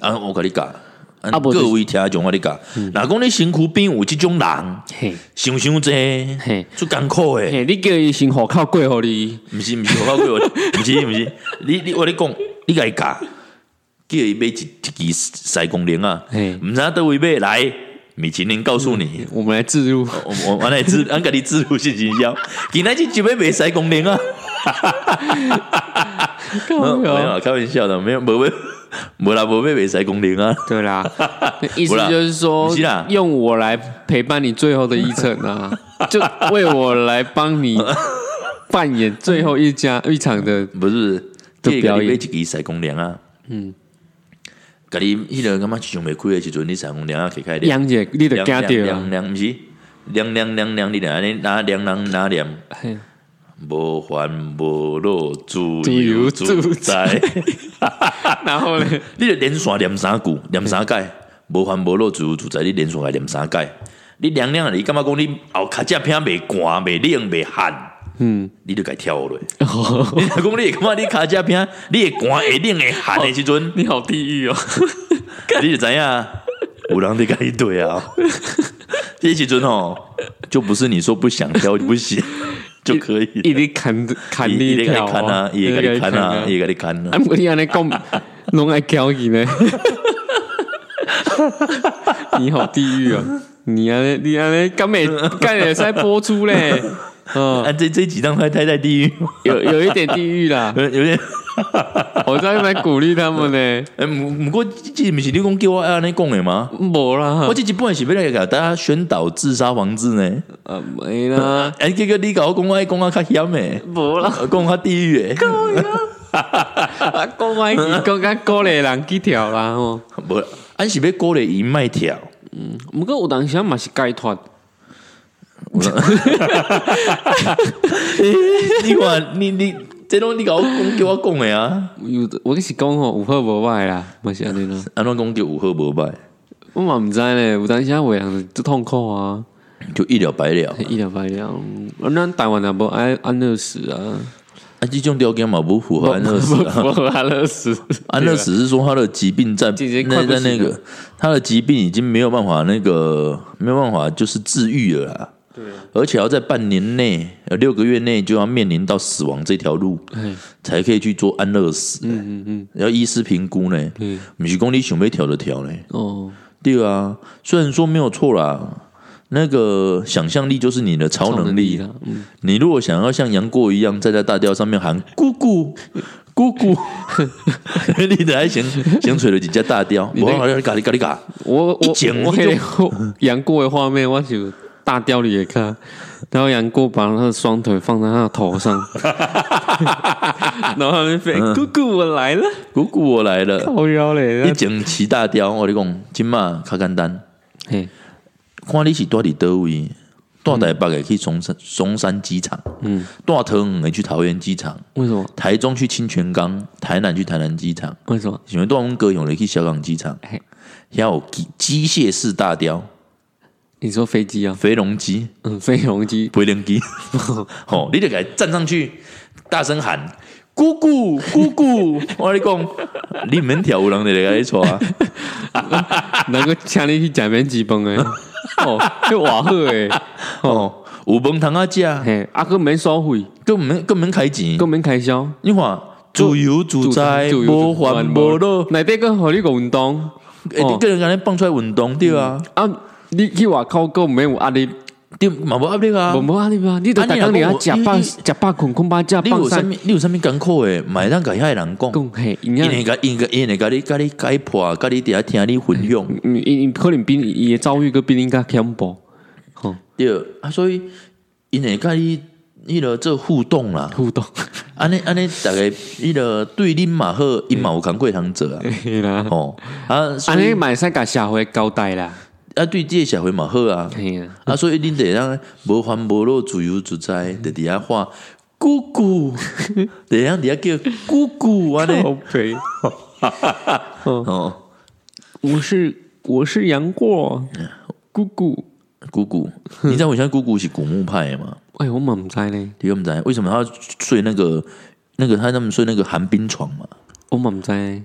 啊！我跟你讲，啊，
不就是嗯
各位听众我跟你讲，若讲你身躯边有这种人，
嘿，
想想这
嘿，
足艰苦诶。
嘿，你叫伊先户口过互你，
毋是毋是，我靠过我，毋是毋是，你你我咧讲，你甲伊教，叫伊买一一支西公铃啊，
嘿嗯
毋知影倒位买来，米其林告诉你，
我们来自入，
我我我来自俺给你自入性行销，你那去就要袂使公零啊？没有
[LAUGHS] 没有，
啊，开玩笑的，没有，没有，没啦，没袂使公零啊。
对啦， [LAUGHS] 那意思
不啦
就是说
不是啦，
用我来陪伴你最后的一程 [LAUGHS] 啊，就为我来帮你扮演最后一家一场 [LAUGHS] 的，
不是，
就
这
表
个
演
你买一支三公粮啊，嗯，家己迄个感觉市场袂开的时阵，你三公粮啊，开开
杨姐，你得加掉
凉
啊，
凉，毋是凉凉凉凉，你安尼拿凉人拿凉，
嘿
无烦无恼，自
自由
由
自
自在。
[LAUGHS] 然后呢，
你就连续念三句，念三届，无烦无恼，自由自在。你连续来念三届，你凉凉的，你感觉讲你后脚只片袂寒、袂冷、袂寒，嗯，你就该跳落。
[LAUGHS]
你若讲你会感觉你脚只片，你会寒、会冷、会寒的时阵，
[LAUGHS] 你好地狱哦，
你就知影啊有人伫甲你对啊。这时阵哦，就不是你说不想跳就不
[LAUGHS]
行，就可以了。
[LAUGHS] 一直砍砍
伊
你
伊
一哦
会甲
条
你砍啊，伊会甲你砍啊，伊会甲你砍啊
啊，。毋过你安尼讲，拢爱交伊呢？你好地狱哦！你安尼，你安尼，敢会敢会使播出嘞？嗯，
啊，这这几张太太在地狱，
有有一点地狱啦，
[LAUGHS] 有有点。
我在来鼓励他们呢。
哎，毋毋过这毋是你讲叫我安尼讲的吗？
无啦
我，这一本是要来给大家宣导自杀防治呢。
啊没啦，
哎，结果你甲我讲我讲啊较险诶，
无啦，
讲较地狱诶。
啊，讲我去讲甲鼓励人去跳啦吼。
[LAUGHS] 无，俺是要鼓励伊卖
[LAUGHS]
跳。
毋过有当时嘛是解脱，
[LAUGHS] 你看，你你这拢你甲我讲叫我讲的啊，
有我是讲吼，有好无歹啦，嘛是安尼啦。
安怎讲叫有好无歹，
我嘛毋知咧，有当时为人就痛苦啊。
就一了百了。
一两百两，啊咱台湾也无爱安乐
[LAUGHS]
死啊， [LAUGHS]
啊，这种条件嘛不符合安乐死啊。
无安乐
[LAUGHS]
死，
安乐啊死是说他的疾病在
已经快
那
不
在
行
那
了
个他的疾病已经没有办法那个没有办法就是治愈了啦。而且要在半年内呃六个月内就要面临到死亡这条路，才可以去做安乐死、嗯嗯嗯，要医师评估呢。嗯，不是讲你想要调就调呢。
哦，
对啊，虽然说没有错啦，那个想象力就是你的超能力。啊
啦，嗯，
你如果想要像杨过一样站在大吊上面喊“姑姑姑姑”， [LAUGHS] 你得还先先吹了几只大雕，我好像咖喱咖喱咖，
我
一
我
剪
我
一
黑 [LAUGHS] 杨过的画面，我就大雕里也看， [LAUGHS] 然后杨过把他的双腿放在他的头上， [LAUGHS] 然后他就飞，
嗯
姑姑我
[LAUGHS]
来了，
姑姑我来
[LAUGHS]
了，
好妖
一
嘞，
整骑大雕，我跟你讲，今嘛较简单，
嘿，
看你是住伫倒位，住台北的去松山松山机场，嗯，住桃园的去桃园机场，
为什么？
台中去清泉岗，台南去台南机场，
为什么？
想要住阮高雄的去小港机场
嘿，
还有机机械式大雕、
你说飞机啊？ [LAUGHS]
飞龙机。
嗯，飞龙机，
不会灵机， [LAUGHS] 吼、你就给他站上去，大声喊“姑姑姑姑”， [LAUGHS] 我跟你讲，你免跳有人就来给你错啊，
能够请你去假面基本
[LAUGHS]
诶，哦，迄瓦好诶，
[LAUGHS] 哦，有饭通啊食，
嘿，啊，佫免收费。
更免更免开钱
都，免开销，
你看自由自在，无烦无恼，
内底个互你个运动
哎、你个人安尼放出来运动对啊，
啊，你去外口个免有压力，
对嘛无压力啊
无。无压力啊，你都
啊
逐
你若
工你啊
讲有
食
你
饱
你
食饱困困饱食
你有
饱
啥
三
物？你有啥物艰苦的，买咱甲遐的人讲，
讲嘿，因
因
啊
会甲因个因会甲你甲你解啊破，甲你伫遐听你分享。
因因嗯可能比你伊的遭遇个比你较恐怖，吼
对啊，所以因会甲你迄落做互动啦，
互动，
安尼安尼逐个迄落对恁嘛好，因嘛有工过通做啊，
嘿啦，
吼啊，所
嗯安
以
尼嘛会使甲社会交代啦，
啊对即个社会嘛好啊，
嘿啦，
[LAUGHS] 啊所以恁得让无烦无恼、自由自在，伫伫遐喊姑
[LAUGHS]
姑，得让伫遐叫姑姑安尼
赔，
哦，
我是我是杨过姑姑，
姑姑，你知道我现在姑姑是古墓派的嘛？
哎，我嘛毋知呢，
你敢不知道为什么他睡那个那个他他们睡那个寒冰床嘛？
我嘛毋知呢，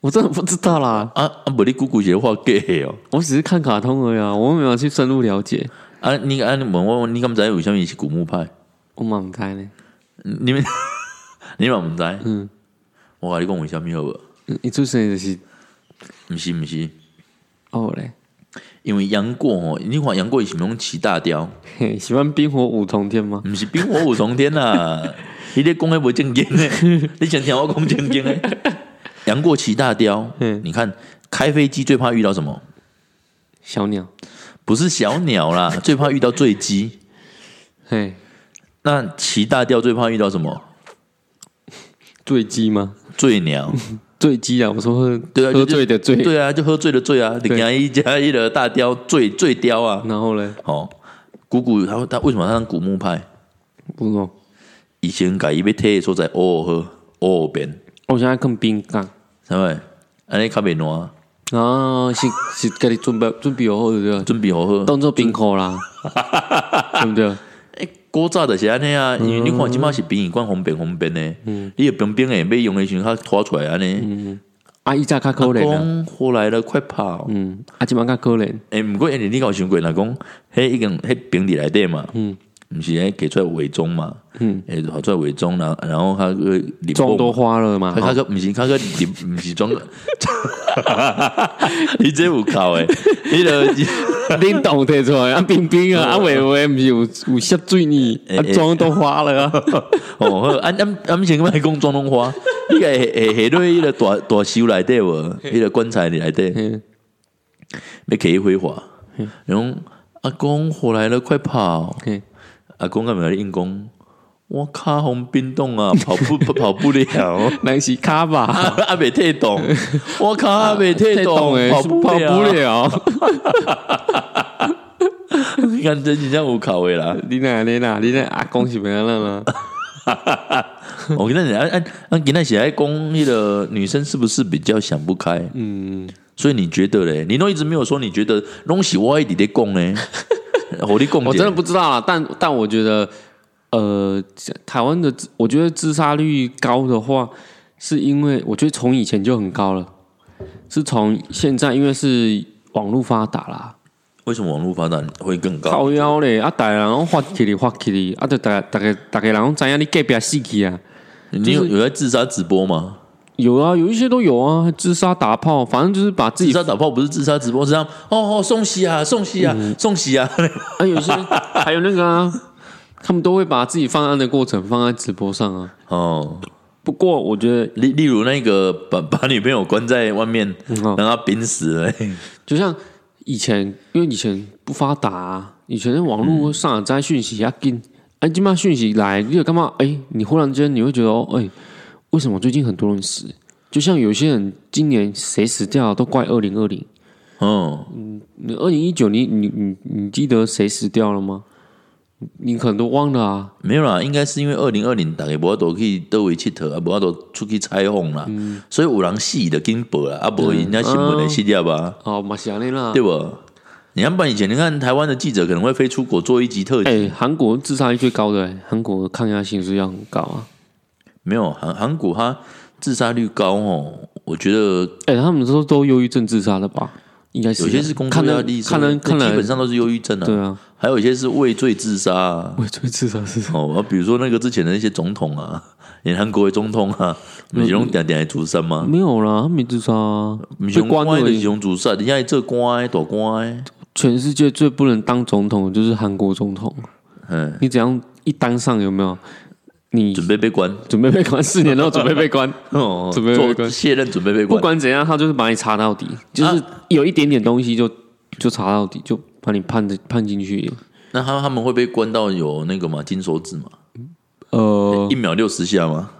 我真的不知道啦。
啊啊，无你姑姑是咧画假的哦。
我只是看卡通而已啊，我没有去深入了解。
啊，你啊，你问我，你敢知为什么是古墓派？
我蛮开呢，
你们 [LAUGHS] 你嘛毋知？嗯，我甲你讲为什么好无？
伊出生就是
毋是毋是，
哦嘞，
因为杨过哦，你看杨过以前拢骑大雕，
嘿，喜欢冰火五重天吗？
毋是冰火五重天
[LAUGHS]
啦，你咧讲迄无正经诶，你想听我讲正经诶？杨过骑大雕，
嗯
你看开飞机最怕遇到什么？
小鸟，
不是小鸟
[LAUGHS]
啦，最怕遇到坠机。
嘿，
那骑大雕最怕遇到什么？
醉鸡吗？
醉鸟。
醉鸡啊，我说喝
对啊，
喝
就
醉的醉，
对啊，就喝醉的醉啊，你给他一加一的大雕醉醉雕啊。
然后嘞，
哦，古古他他为什么他当古墓派？
不懂。
以前改伊被贴的所在，偶尔喝，偶尔变，
我现在更冰干，
是咪？安尼较袂烂，
然后啊是是给你准备准备好对不对？
准备好喝。
当做冰口 [LAUGHS] 啦，对不对？
诶，古早就是安尼啊，因为你看即马是殡仪馆方便方便呢，你有冰冰诶，要用诶时阵较拖出来安尼。
啊，伊早较可怜啊，
讲后来了，快跑！
嗯，啊，即晚较可怜，
诶，毋过因欸为你有想过若讲，迄已经迄冰伫内底嘛，嗯，毋是咧给出来伪装嘛，嗯，诶，跑出来伪装，然后然后他个礼
妆都花了嘛
啊他，他个毋是他个你毋是装， [LAUGHS] 你这有搞诶，你个 [LAUGHS]
恁懂摕出来啊，冰冰 [LAUGHS] 啊，啊，伟伟毋是有有吸水呢，啊，妆都花了啊，
哦，好，俺俺俺先卖讲妆拢花，你个下下落迄个大大修内底无，迄个棺材里内底
嗯，
要起辉煌，然后阿公火啊来了，快跑！
[LAUGHS] 嘿
阿公干嘛咧硬讲？我卡红冰冻 [LAUGHS] 啊，跑不跑不 [LAUGHS] 了，
人是卡吧，
阿袂退动，我卡阿袂啊退 [LAUGHS] 动，欸
诶，
跑
跑
不
不
了。
了，
[LAUGHS]
[LAUGHS]
你看真真正有考的啦，
你哪你哪你那阿公是咩样啦？
[LAUGHS] 我跟你讲，按按今天写在讲迄个女生是不是比较想不开？嗯，所以你觉得嘞？你都一直没有说你觉得东西我一直在讲
[LAUGHS]
呢，我你讲
[LAUGHS] 我真
者，
的不知道啦，但但我觉得，呃，台湾的自我觉得自杀率高的话，是因为我觉得从以前就很高了，是从现在因为是网络发达啦，
为什么网络发展会更高？
靠腰嘞，啊，大家人拢发起哩发起哩，啊，就大家大家大家人拢知影你隔壁死去啊，
你有有在自杀直播吗？
有啊，有一些都有啊，自杀打炮，反正就是把
自
自己，
杀打炮不是自杀直播，是这样哦哦，送喜啊，送喜啊，
嗯
送喜
[LAUGHS]
啊！
啊，有些还有那个啊，他们都会把自己犯案的过程放在直播上啊。
哦，
不过我觉得
例例如那个把把女朋友关在外面，
嗯啊
让她濒死了，
就像以前，因为以前不发达、啊以前网络上载讯息啊，紧、啊，今嘛讯息来，你有干嘛？哎、你忽然间你会觉得，哦，哎、为什么最近很多人死？就像有些人今年谁死掉都怪二零二零，
嗯，
你二零一九你你你你记得谁死掉了吗？你可能都忘了啊。
没有啦，应该是因为二零二零大家无法度去倒位佚佗，啊，无法度出去采访啦，所以有人死的紧报啦，啊，无人家新闻的失业吧，
嗯哦，马西亚内啦
对，不？你看，不然以前你看台湾的记者可能会飞出国做一集特辑，
哎、韩国自杀率最高的、哎韩国的抗压性是要很高啊。
没有韩韩国它自杀率高哦，我觉得
哎、他们都都忧郁症自杀的吧？应该是啊
有些是工作
看得
压力，
看得看
基
得
本上都是忧郁症啊，
对啊，
还有一些是畏罪自杀、啊。
我最自杀是
哦，啊比如说那个之前的那些总统啊， [LAUGHS] 连韩国的总统啊，
嗯
美容点点来主杀吗？
没有啦，他没自杀、啊，
不是
被
用
关
官
了
的
而
是
已。
用主杀，人家做官的大官的。
全世界最不能当总统的就是韩国总统，
嗯，
你只要一当上有没有？你
准备被
[LAUGHS]
关，
准备被关四年后，准备被 [LAUGHS] 关，
哦，
准备被
做
关
卸任，准备被
[LAUGHS] 不
关。
管怎样，他就是把你查到底，就是有一点点东西就就查到底，就把你判的判进去。
那他他们会被关到有那个嘛金手指嘛，
呃，
一秒六十下吗？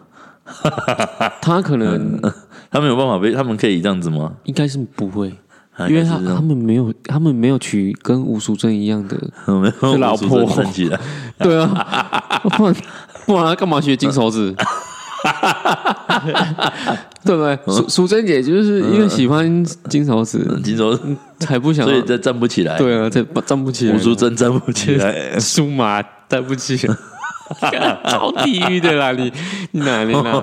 他可能
他们有办法被，他们可以这样子吗？
[LAUGHS] 应该是不会，
啊
因为
应该
他
是这
[LAUGHS] 他
样
们没有他们没有娶跟吴淑珍一样的，
没有
老
我主持
婆
人站起来，
对啊， [LAUGHS] 不然不然他干嘛学金手指？ [LAUGHS] 对不对？
嗯
淑淑珍姐就是因为喜欢金手指，
金
[LAUGHS]
手指，
才不想
所以这站不起来。，
嗯对哎啊，才不站不起来。
吴淑珍站不起
[LAUGHS]
来。
苏麻站不起来。 [LAUGHS] 超地狱的啦！你你哪里
[LAUGHS]
啦？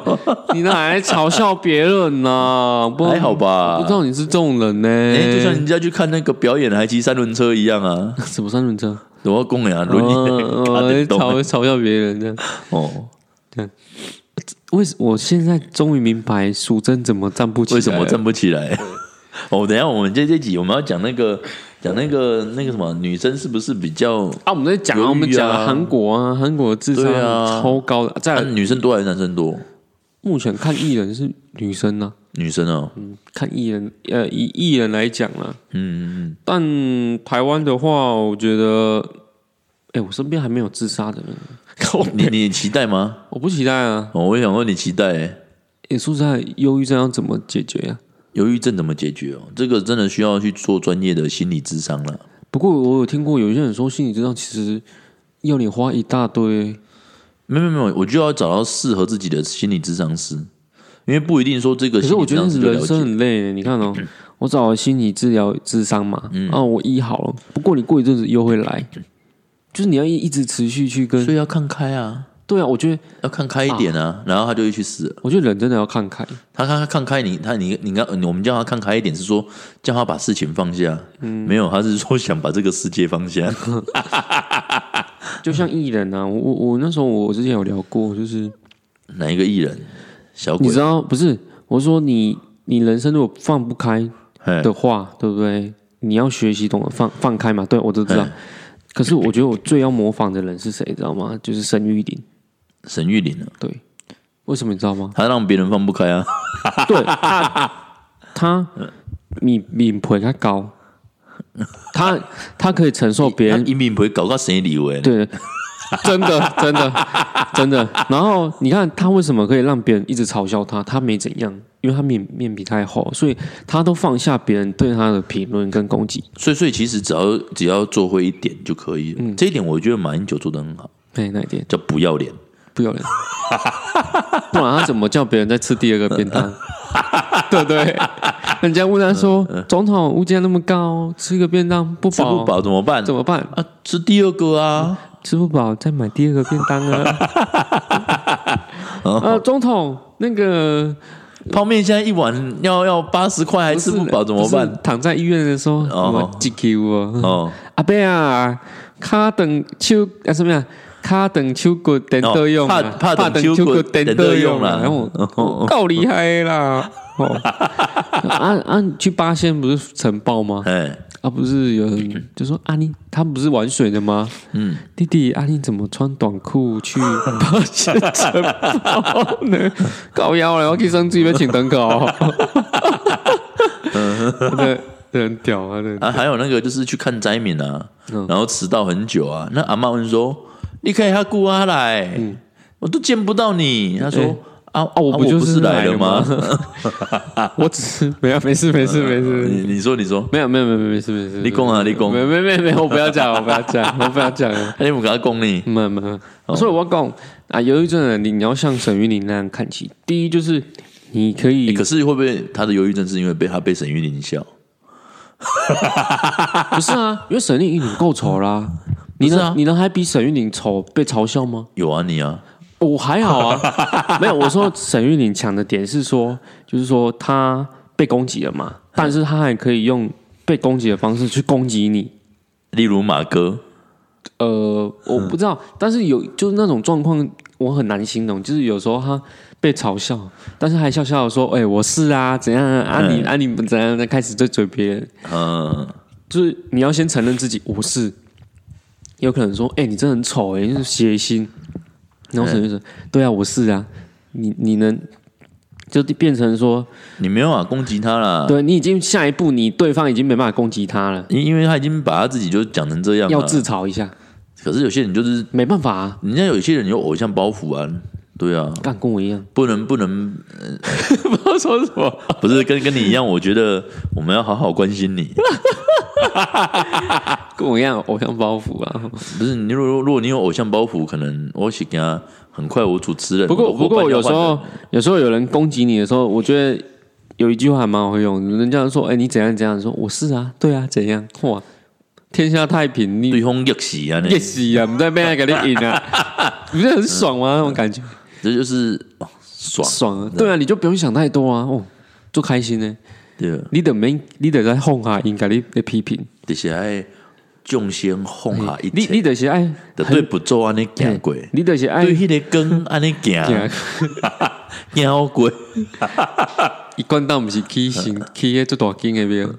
你哪来嘲笑别人呢、不
还好吧
不知道你是这种人呢、
哎，就像人家去看那个表演，还骑三轮车一样
[LAUGHS]
啊！
什么三轮车？
我要讲呀，啊轮
哦
椅
哦
[LAUGHS] 卡电动
嘲嘲笑别人这样。
哦，
为什我现在终于明白淑珍怎么站不起
[LAUGHS]
来？
为什么站不起来？哦，等一下我们这这集我们要讲那个讲那个那个什么女生是不是比较
啊，我们在讲啊，
犹豫啊
我们讲了韩国啊，韩国的智商
对啊
超高的。再
啊、
来，
女生多还是男生多？
目前看艺人是女生呢、
女生哦，嗯
看艺人，呃，以艺人来讲啊，
嗯嗯，
但台湾的话，我觉得，哎、我身边还没有自杀的人，靠
你你期待吗？
我不期待啊。
哦，我也想问你期待、欸。
哎、说实在，忧郁症要怎么解决啊呀、
忧郁症怎么解决哦？这个真的需要去做专业的心理咨商了。
不过我有听过有一些人说，心理治疗其实要你花一大堆，
没有没有，没有我就要找到适合自己的心理咨商师，因为不一定说这个
可
心
是
理
我
咨
觉得
商师就了
人
解。嗯
生很累。你看哦，我找了心理治疗智商嘛，啊，我医好了，不过你过一阵子又会来，就是你要一直持续去跟
嗯所。以要看开啊，
对啊，我觉得，
要看开一点啊，然后他就会去死了。
我觉得人真的要看开。
他看他看开你，他你你看，你我们叫他看开一点，是说叫他把事情放下。没有，他是说想把这个世界放下。 [LAUGHS]
就像艺人啊，我我我那时候我之前有聊过，就是
哪一个艺人？小
你
鬼
知？道不是？我说你你人生如果放不开
哎
的话，对不对？你要学习懂得放放开嘛。对我都知道
嗯。
可是我觉得我最要模仿的人是谁，知道吗？就是沈玉琳。
沈玉琳啊，？
对，为什么你知道吗
他让别人放不开啊。
对，他呃敏敏皮
[LAUGHS]
他高，他他可以承受别
他
人
一命不会搞到谁理欸为？
对，真的，真的，真的。然后你看他为什么可以让别人一直嘲笑他？他没怎样，因为他面面皮太厚，所以他都放下别人对他的评论跟攻击。
所以所以其实只要只要做会一点就可以了。
嗯
这一点我觉得马英九做的很好，
哎，那一点
叫不要脸。
不
[LAUGHS]
要脸，不然他怎么叫别人再吃第二个便当？对不对？人家问他说：“总统物价那么高，吃个便当不
嗯吃不
饱
饱怎么办？
怎么办？
啊，吃第二个啊！
吃不饱再买第二个便当啊！”
哦
[LAUGHS] 呃，总统那个
泡面现在一碗要要八十块，还
不
吃
是
不饱怎么？
不
办？
是躺在医院的时候，
哦
我 GQ 啊，
哦，
[LAUGHS] 阿伯啊，卡等手啊什么呀？卡等手骨等到用啊，
哦怕怕等手骨
等
等
到
到
用
用啊哦
啦
啦
然后我够厉害的啦！
[LAUGHS]
哦，啊啊，去八仙不是晨报吗？
哎，
啊，不是有人就说啊，你他不是玩水的吗？嗯，弟弟，啊，你怎么穿短裤去 [LAUGHS] 八仙城堡呢？高腰了，我去生气，要请等狗。
嗯
[LAUGHS] 对，对，很屌啊，对。
啊，还有那个就是去看灾民啊，
嗯
然后迟到很久啊，那阿妈问说：“你可以哈姑啊来，我都见不到你。”他说
嗯哎：“
啊啊，
我
我
不就
不
是
是来
来了
吗？啊
我只是没有，没事，没事，没 [LAUGHS] 事，
你你说你说，
没有，没有，没有，没有没事，没事。
嗯你讲啊你讲
没没没没，我不要讲，我不要讲，我不要讲。
啊你不跟他讲呢？
没有没
哦
有，所以我要讲啊，忧郁症的人，你你要像沈玉琳那样看齐。第一就是你可以
可是会不会他的忧郁症是因为被他被沈玉琳笑？
不是 [LAUGHS] 啊，因为沈玉琳够丑 [LAUGHS] 啦。你
不是
能、
啊
你能还比沈玉琳丑被嘲笑吗？
有啊，你啊，
我、还好啊， [LAUGHS] 没有。我说沈玉琳强的点是说，就是说她被攻击了 [LAUGHS] 嘛，但是她还可以用被攻击的方式去攻击你。
例如马哥，
呃，我不知道，但是有就是那种状况，我很难形容。就是有时候她被嘲笑，但是还笑笑的说：“哎、我是啊，怎样啊啊你啊你们怎样？”再开始在嘴别人，
嗯，
就是你要先承认自己我是，有可能说，哎、你真的很丑、哎，你是谐星。然后沈玉说，对啊，我是啊，你你能就变成说，
你没有办法攻击他啦，
对你已经下一步，你对方已经没办法攻击他了，
因因为他已经把他自己就讲成这样
要
了。
自嘲一下，
可是有些人就是，
没办法啊，
人家有些人有偶像包袱啊，对啊，
干跟我一样，
不能不能，
[LAUGHS] 不知道说什么，
不是跟跟你一样，我觉得我们要好好关心
[LAUGHS]
你。
跟我一样有偶像包袱啊。
不是你如果如果你有偶像包袱，可能我是给他很快我主持人。
不 [LAUGHS] 过
我
不过有时
我
候有时候有人攻击你的时候，我觉得有一句话还蛮好用，人家说，哎、你怎样怎样，说我是啊，对啊，怎样，哇，天下太平，你
对方逆袭啊，那
也是啊，不在被那给你赢啊，
[LAUGHS]
你不是很爽
嗯
吗？那种感觉，
这就是哦爽
爽啊！对啊，你就不用想太多啊，哦，就开心呢。
对，
你得没，你得在哄下应该你的批评，
就是爱众先哄下一
你
切，
你得是爱
就对不做安尼行过，
你得是爱 [LAUGHS]
对迄个根安尼
哎
行行过。嗯
一贯到不是起心起迄做大金的庙，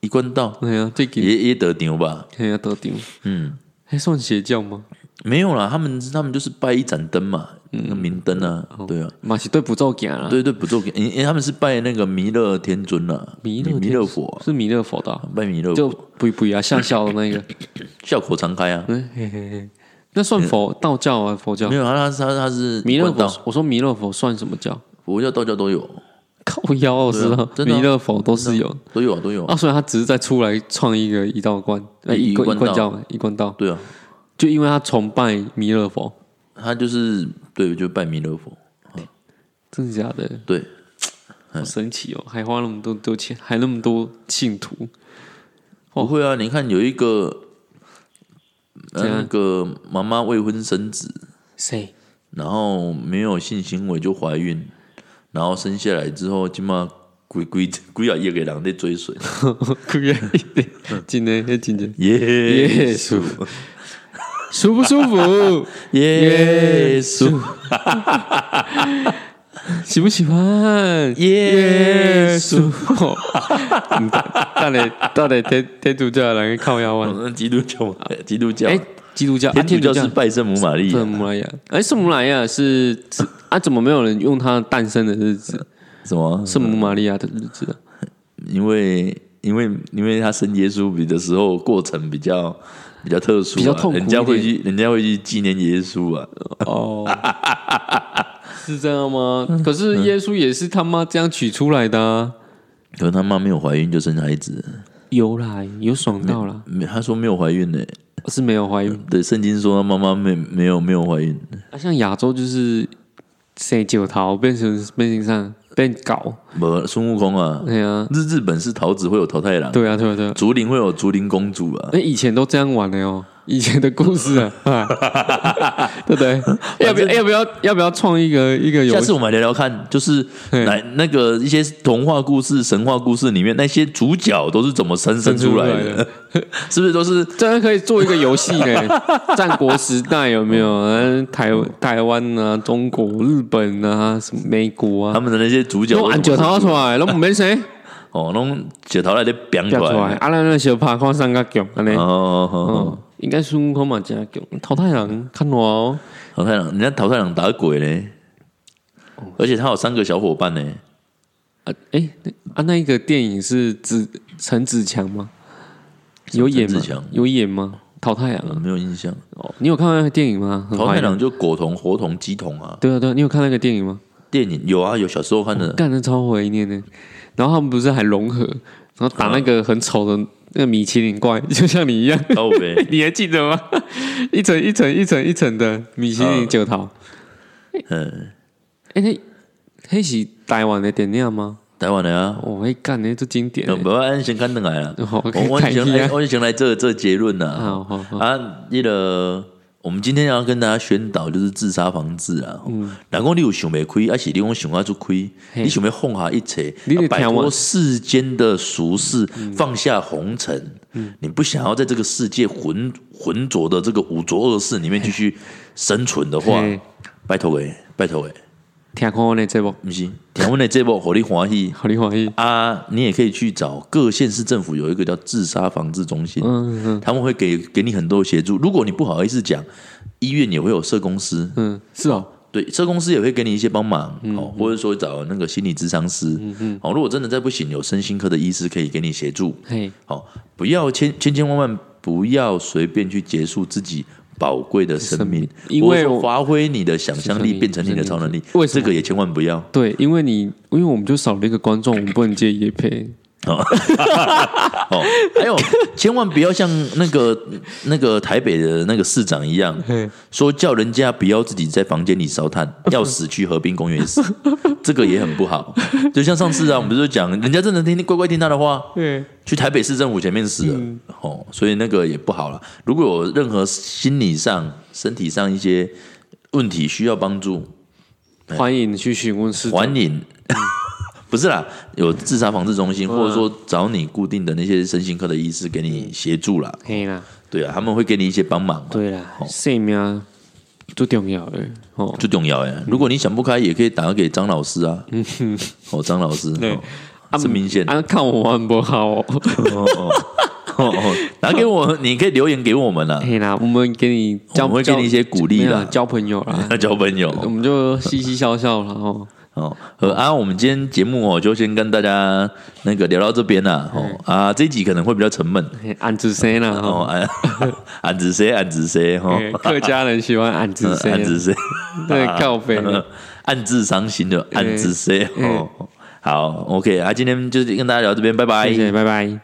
一贯道
哎呀，最近
也也得牛吧？
哎呀得顶，
嗯，
还算邪教吗？
没有啦，他们他们就是拜一盏灯嘛，
嗯
那个明灯啊，
哦
对啊，
嘛是对不照行啊，
对对，不做给，因因为他们是拜那个弥勒天尊啦，弥
弥勒
弥
天
勒佛啊，
是弥勒佛的啊，
拜弥勒
就
佛，
不不啊，下笑的那个，
笑口常开啊，
嗯嘿嘿嘿，那
嗯
算佛道教啊，佛教
没？有他他他他是
弥勒
一贯道
佛，我说弥勒佛算什么教？
佛教、道教都有，
靠腰，我知道，
真的啊
弥勒佛都是有
都有啊，都有啊，
啊，所以他只是在出来创一个一道观，呃，
一
一贯
一
一
贯
贯
道
教，一贯道，
对啊，
就因为他崇拜弥勒佛，
他就是对，就拜弥勒佛，
真的假的？
对，
好神奇哦，还花那么多多钱，还那么多信徒，哦
不会啊，你看有一个呃
怎样
那个妈妈未婚生子，
[LAUGHS] 谁？
然后没有性行为就怀孕，然后生下来之后，起码鬼鬼鬼啊也给人在追随，
可以，
嗯
今天要今天
耶
耶
稣
稣舒不舒
[LAUGHS]
服？
耶稣
喜不喜欢？
耶稣，
[LAUGHS] 嗯到底到底天天主教人靠腰啊？
嗯基督教基督教
哎，基督教，啊
天主教
天
是
主
拜圣母玛啊利亚
圣母莱亚，哎，圣母莱亚是是啊？怎么没有人用她诞生的日子，
什么？
圣母玛利亚的日子啊？
因为因为因为他生耶稣比的时候过程比较比较特殊、啊，
比较痛苦一点
人家会去人家会去纪念耶稣啊，
哦，嗯是这样吗？可是耶稣也是他妈这样取出来的啊！
可是他妈没有怀孕就生孩子，
有啦，有爽到啦，嗯
没他说没有怀孕呢、
是没有怀孕。
对，圣经说他妈妈没没有没有怀孕，
啊，像亚洲就是生九桃变成变成上变搞，
没孙悟空啊，
对啊，
日日本是桃子会有桃太郎，
对啊，对啊，对啊。哎
竹林会有竹林公主啊，
那以前都这样玩的哦，以前的故事 [LAUGHS] 啊，对不对？要不要要不要要不要创一个一个游
下
戏
次？我们来聊聊看，就是来那个一些童话故事、神话故事里面那些主角都是怎么生生出来
生出
的， [LAUGHS] 是不是都是
真的可以做一个游戏呢？ [LAUGHS] 战国时代有没有？嗯，台台湾啊，中国、日本啊，什么美国
他
啊，
们的那些主角
弄
都是
按
怎
啊九
么
桃出来，拢 [LAUGHS] 没谁
哦，弄石头来的变出
掉出来，
来，
啊，咱咱小拍看三个强安尼。
哦哦哦哦，
哦，应该孙悟空嘛，真强，淘汰人看我哦。
桃太郎，人家桃太郎打鬼嘞，而且他有三个小伙伴呢，
啊，哎、那啊，那一个电影是子陈子强吗？有演
陈
吗
子强？
有演吗？淘汰人
我
啊！
没有印象。
哦，你有看那个电影吗？很
桃
怀
太
念
郎就狗童、活童、鸡童啊，
对啊，对啊，你有看那个电影吗？
电影有啊，有小时候看
[LAUGHS]
的，
干的超怀念的。然后他们不是还融合，然后打那个很丑的那个米其林怪， [LAUGHS] 就像你一样，
哦呗，
你还记得吗？一层一层一层一层的米其林
嗯
九桃。
嗯，
哎、那那是台湾的电影吗？
台湾的
[LAUGHS]
啊，
哦，那干的就经典的
呃，不要先看等来啊啦，
哦
我
可以
我
看一
先
下
哎来，我先来这这结论呐，
好好好，
啊，那个。我们今天要跟大家宣导，就是自杀防治啊。
嗯
然后你有想袂开，还啊是你讲想要做开，你想要放下一切
你得，
摆
听我嗯
脱世间的俗世，放下红尘。你不想要在这个世界浑浑浊的这个五浊恶世里面继续生存的话
嘿，
拜托诶，拜托诶，
听看我的节目，
不是，听我们的这目，互你欢喜。
好你欢喜。
啊，你也可以去找各县市政府有一个叫自杀防治中心，
嗯嗯。
他们会给给你很多协助。如果你不好意思讲，医院也会有社公司，
嗯，是哦，
对，社公司也会给你一些帮忙，
嗯
哦，或者说找那个心理咨商师，哦，如果真的再不行，有身心科的医师可以给你协助，
嘿，
哦，不要千千千万万不要随便去结束自己。宝贵的生命，
因为
或者说
我
发挥你的想象力，
想象力
变成你的超能力，
为什
这
么
个也千万不要。
对，因为你，因为我们就少了一个观众，我们不能接叶配。
哦，还有，千万不要像那个那个台北的那个市长一样，说叫人家不要自己在房间里烧炭，要死去河滨公园死，这个也很不好。就像上次啊，我们不是讲，人家真的听乖乖听他的话，
对，
去台北市政府前面死了，哦，所以那个也不好了。如果有任何心理上、身体上一些问题需要帮助，
欢迎去询问市长。
欢迎。 [LAUGHS] 不是啦，有自杀防治中心，或者说找你固定的那些身心科的医师给你协助啦。
嘿啦，
对啊，他们会给你一些帮忙，
对啦，生命最重要的哦。 [LAUGHS]
最重要哎。如果你想不开，也可以打给张老师啊。哦，张老师，
对
哦是明显的。
啊，看我们不好、哦，
哦哦，拿给
[LAUGHS]
我，你可以留言给我们啊啦，
嘿啦，我们给你交，
我们会给你一些鼓励
交没有
啦，
交朋友啦，
[LAUGHS] 交朋友
我们就嘻嘻笑笑了哦。
哦。呃啊，我们今天节目哦，就先跟大家那个聊到这边啦。哦啊，这一集可能会比较沉闷
嘿俺子谁啦？
哦，
哦，
[LAUGHS] 俺俺子谁俺子谁哈，
嘿客家人喜欢俺子
哦嗯
谁啊
[LAUGHS] 暗？自啊谁？
对靠北呢
[LAUGHS] 暗自伤心的暗自谁？哦，好，OK 啊，今天就是跟大家聊到这边，拜拜。
谢谢，拜拜。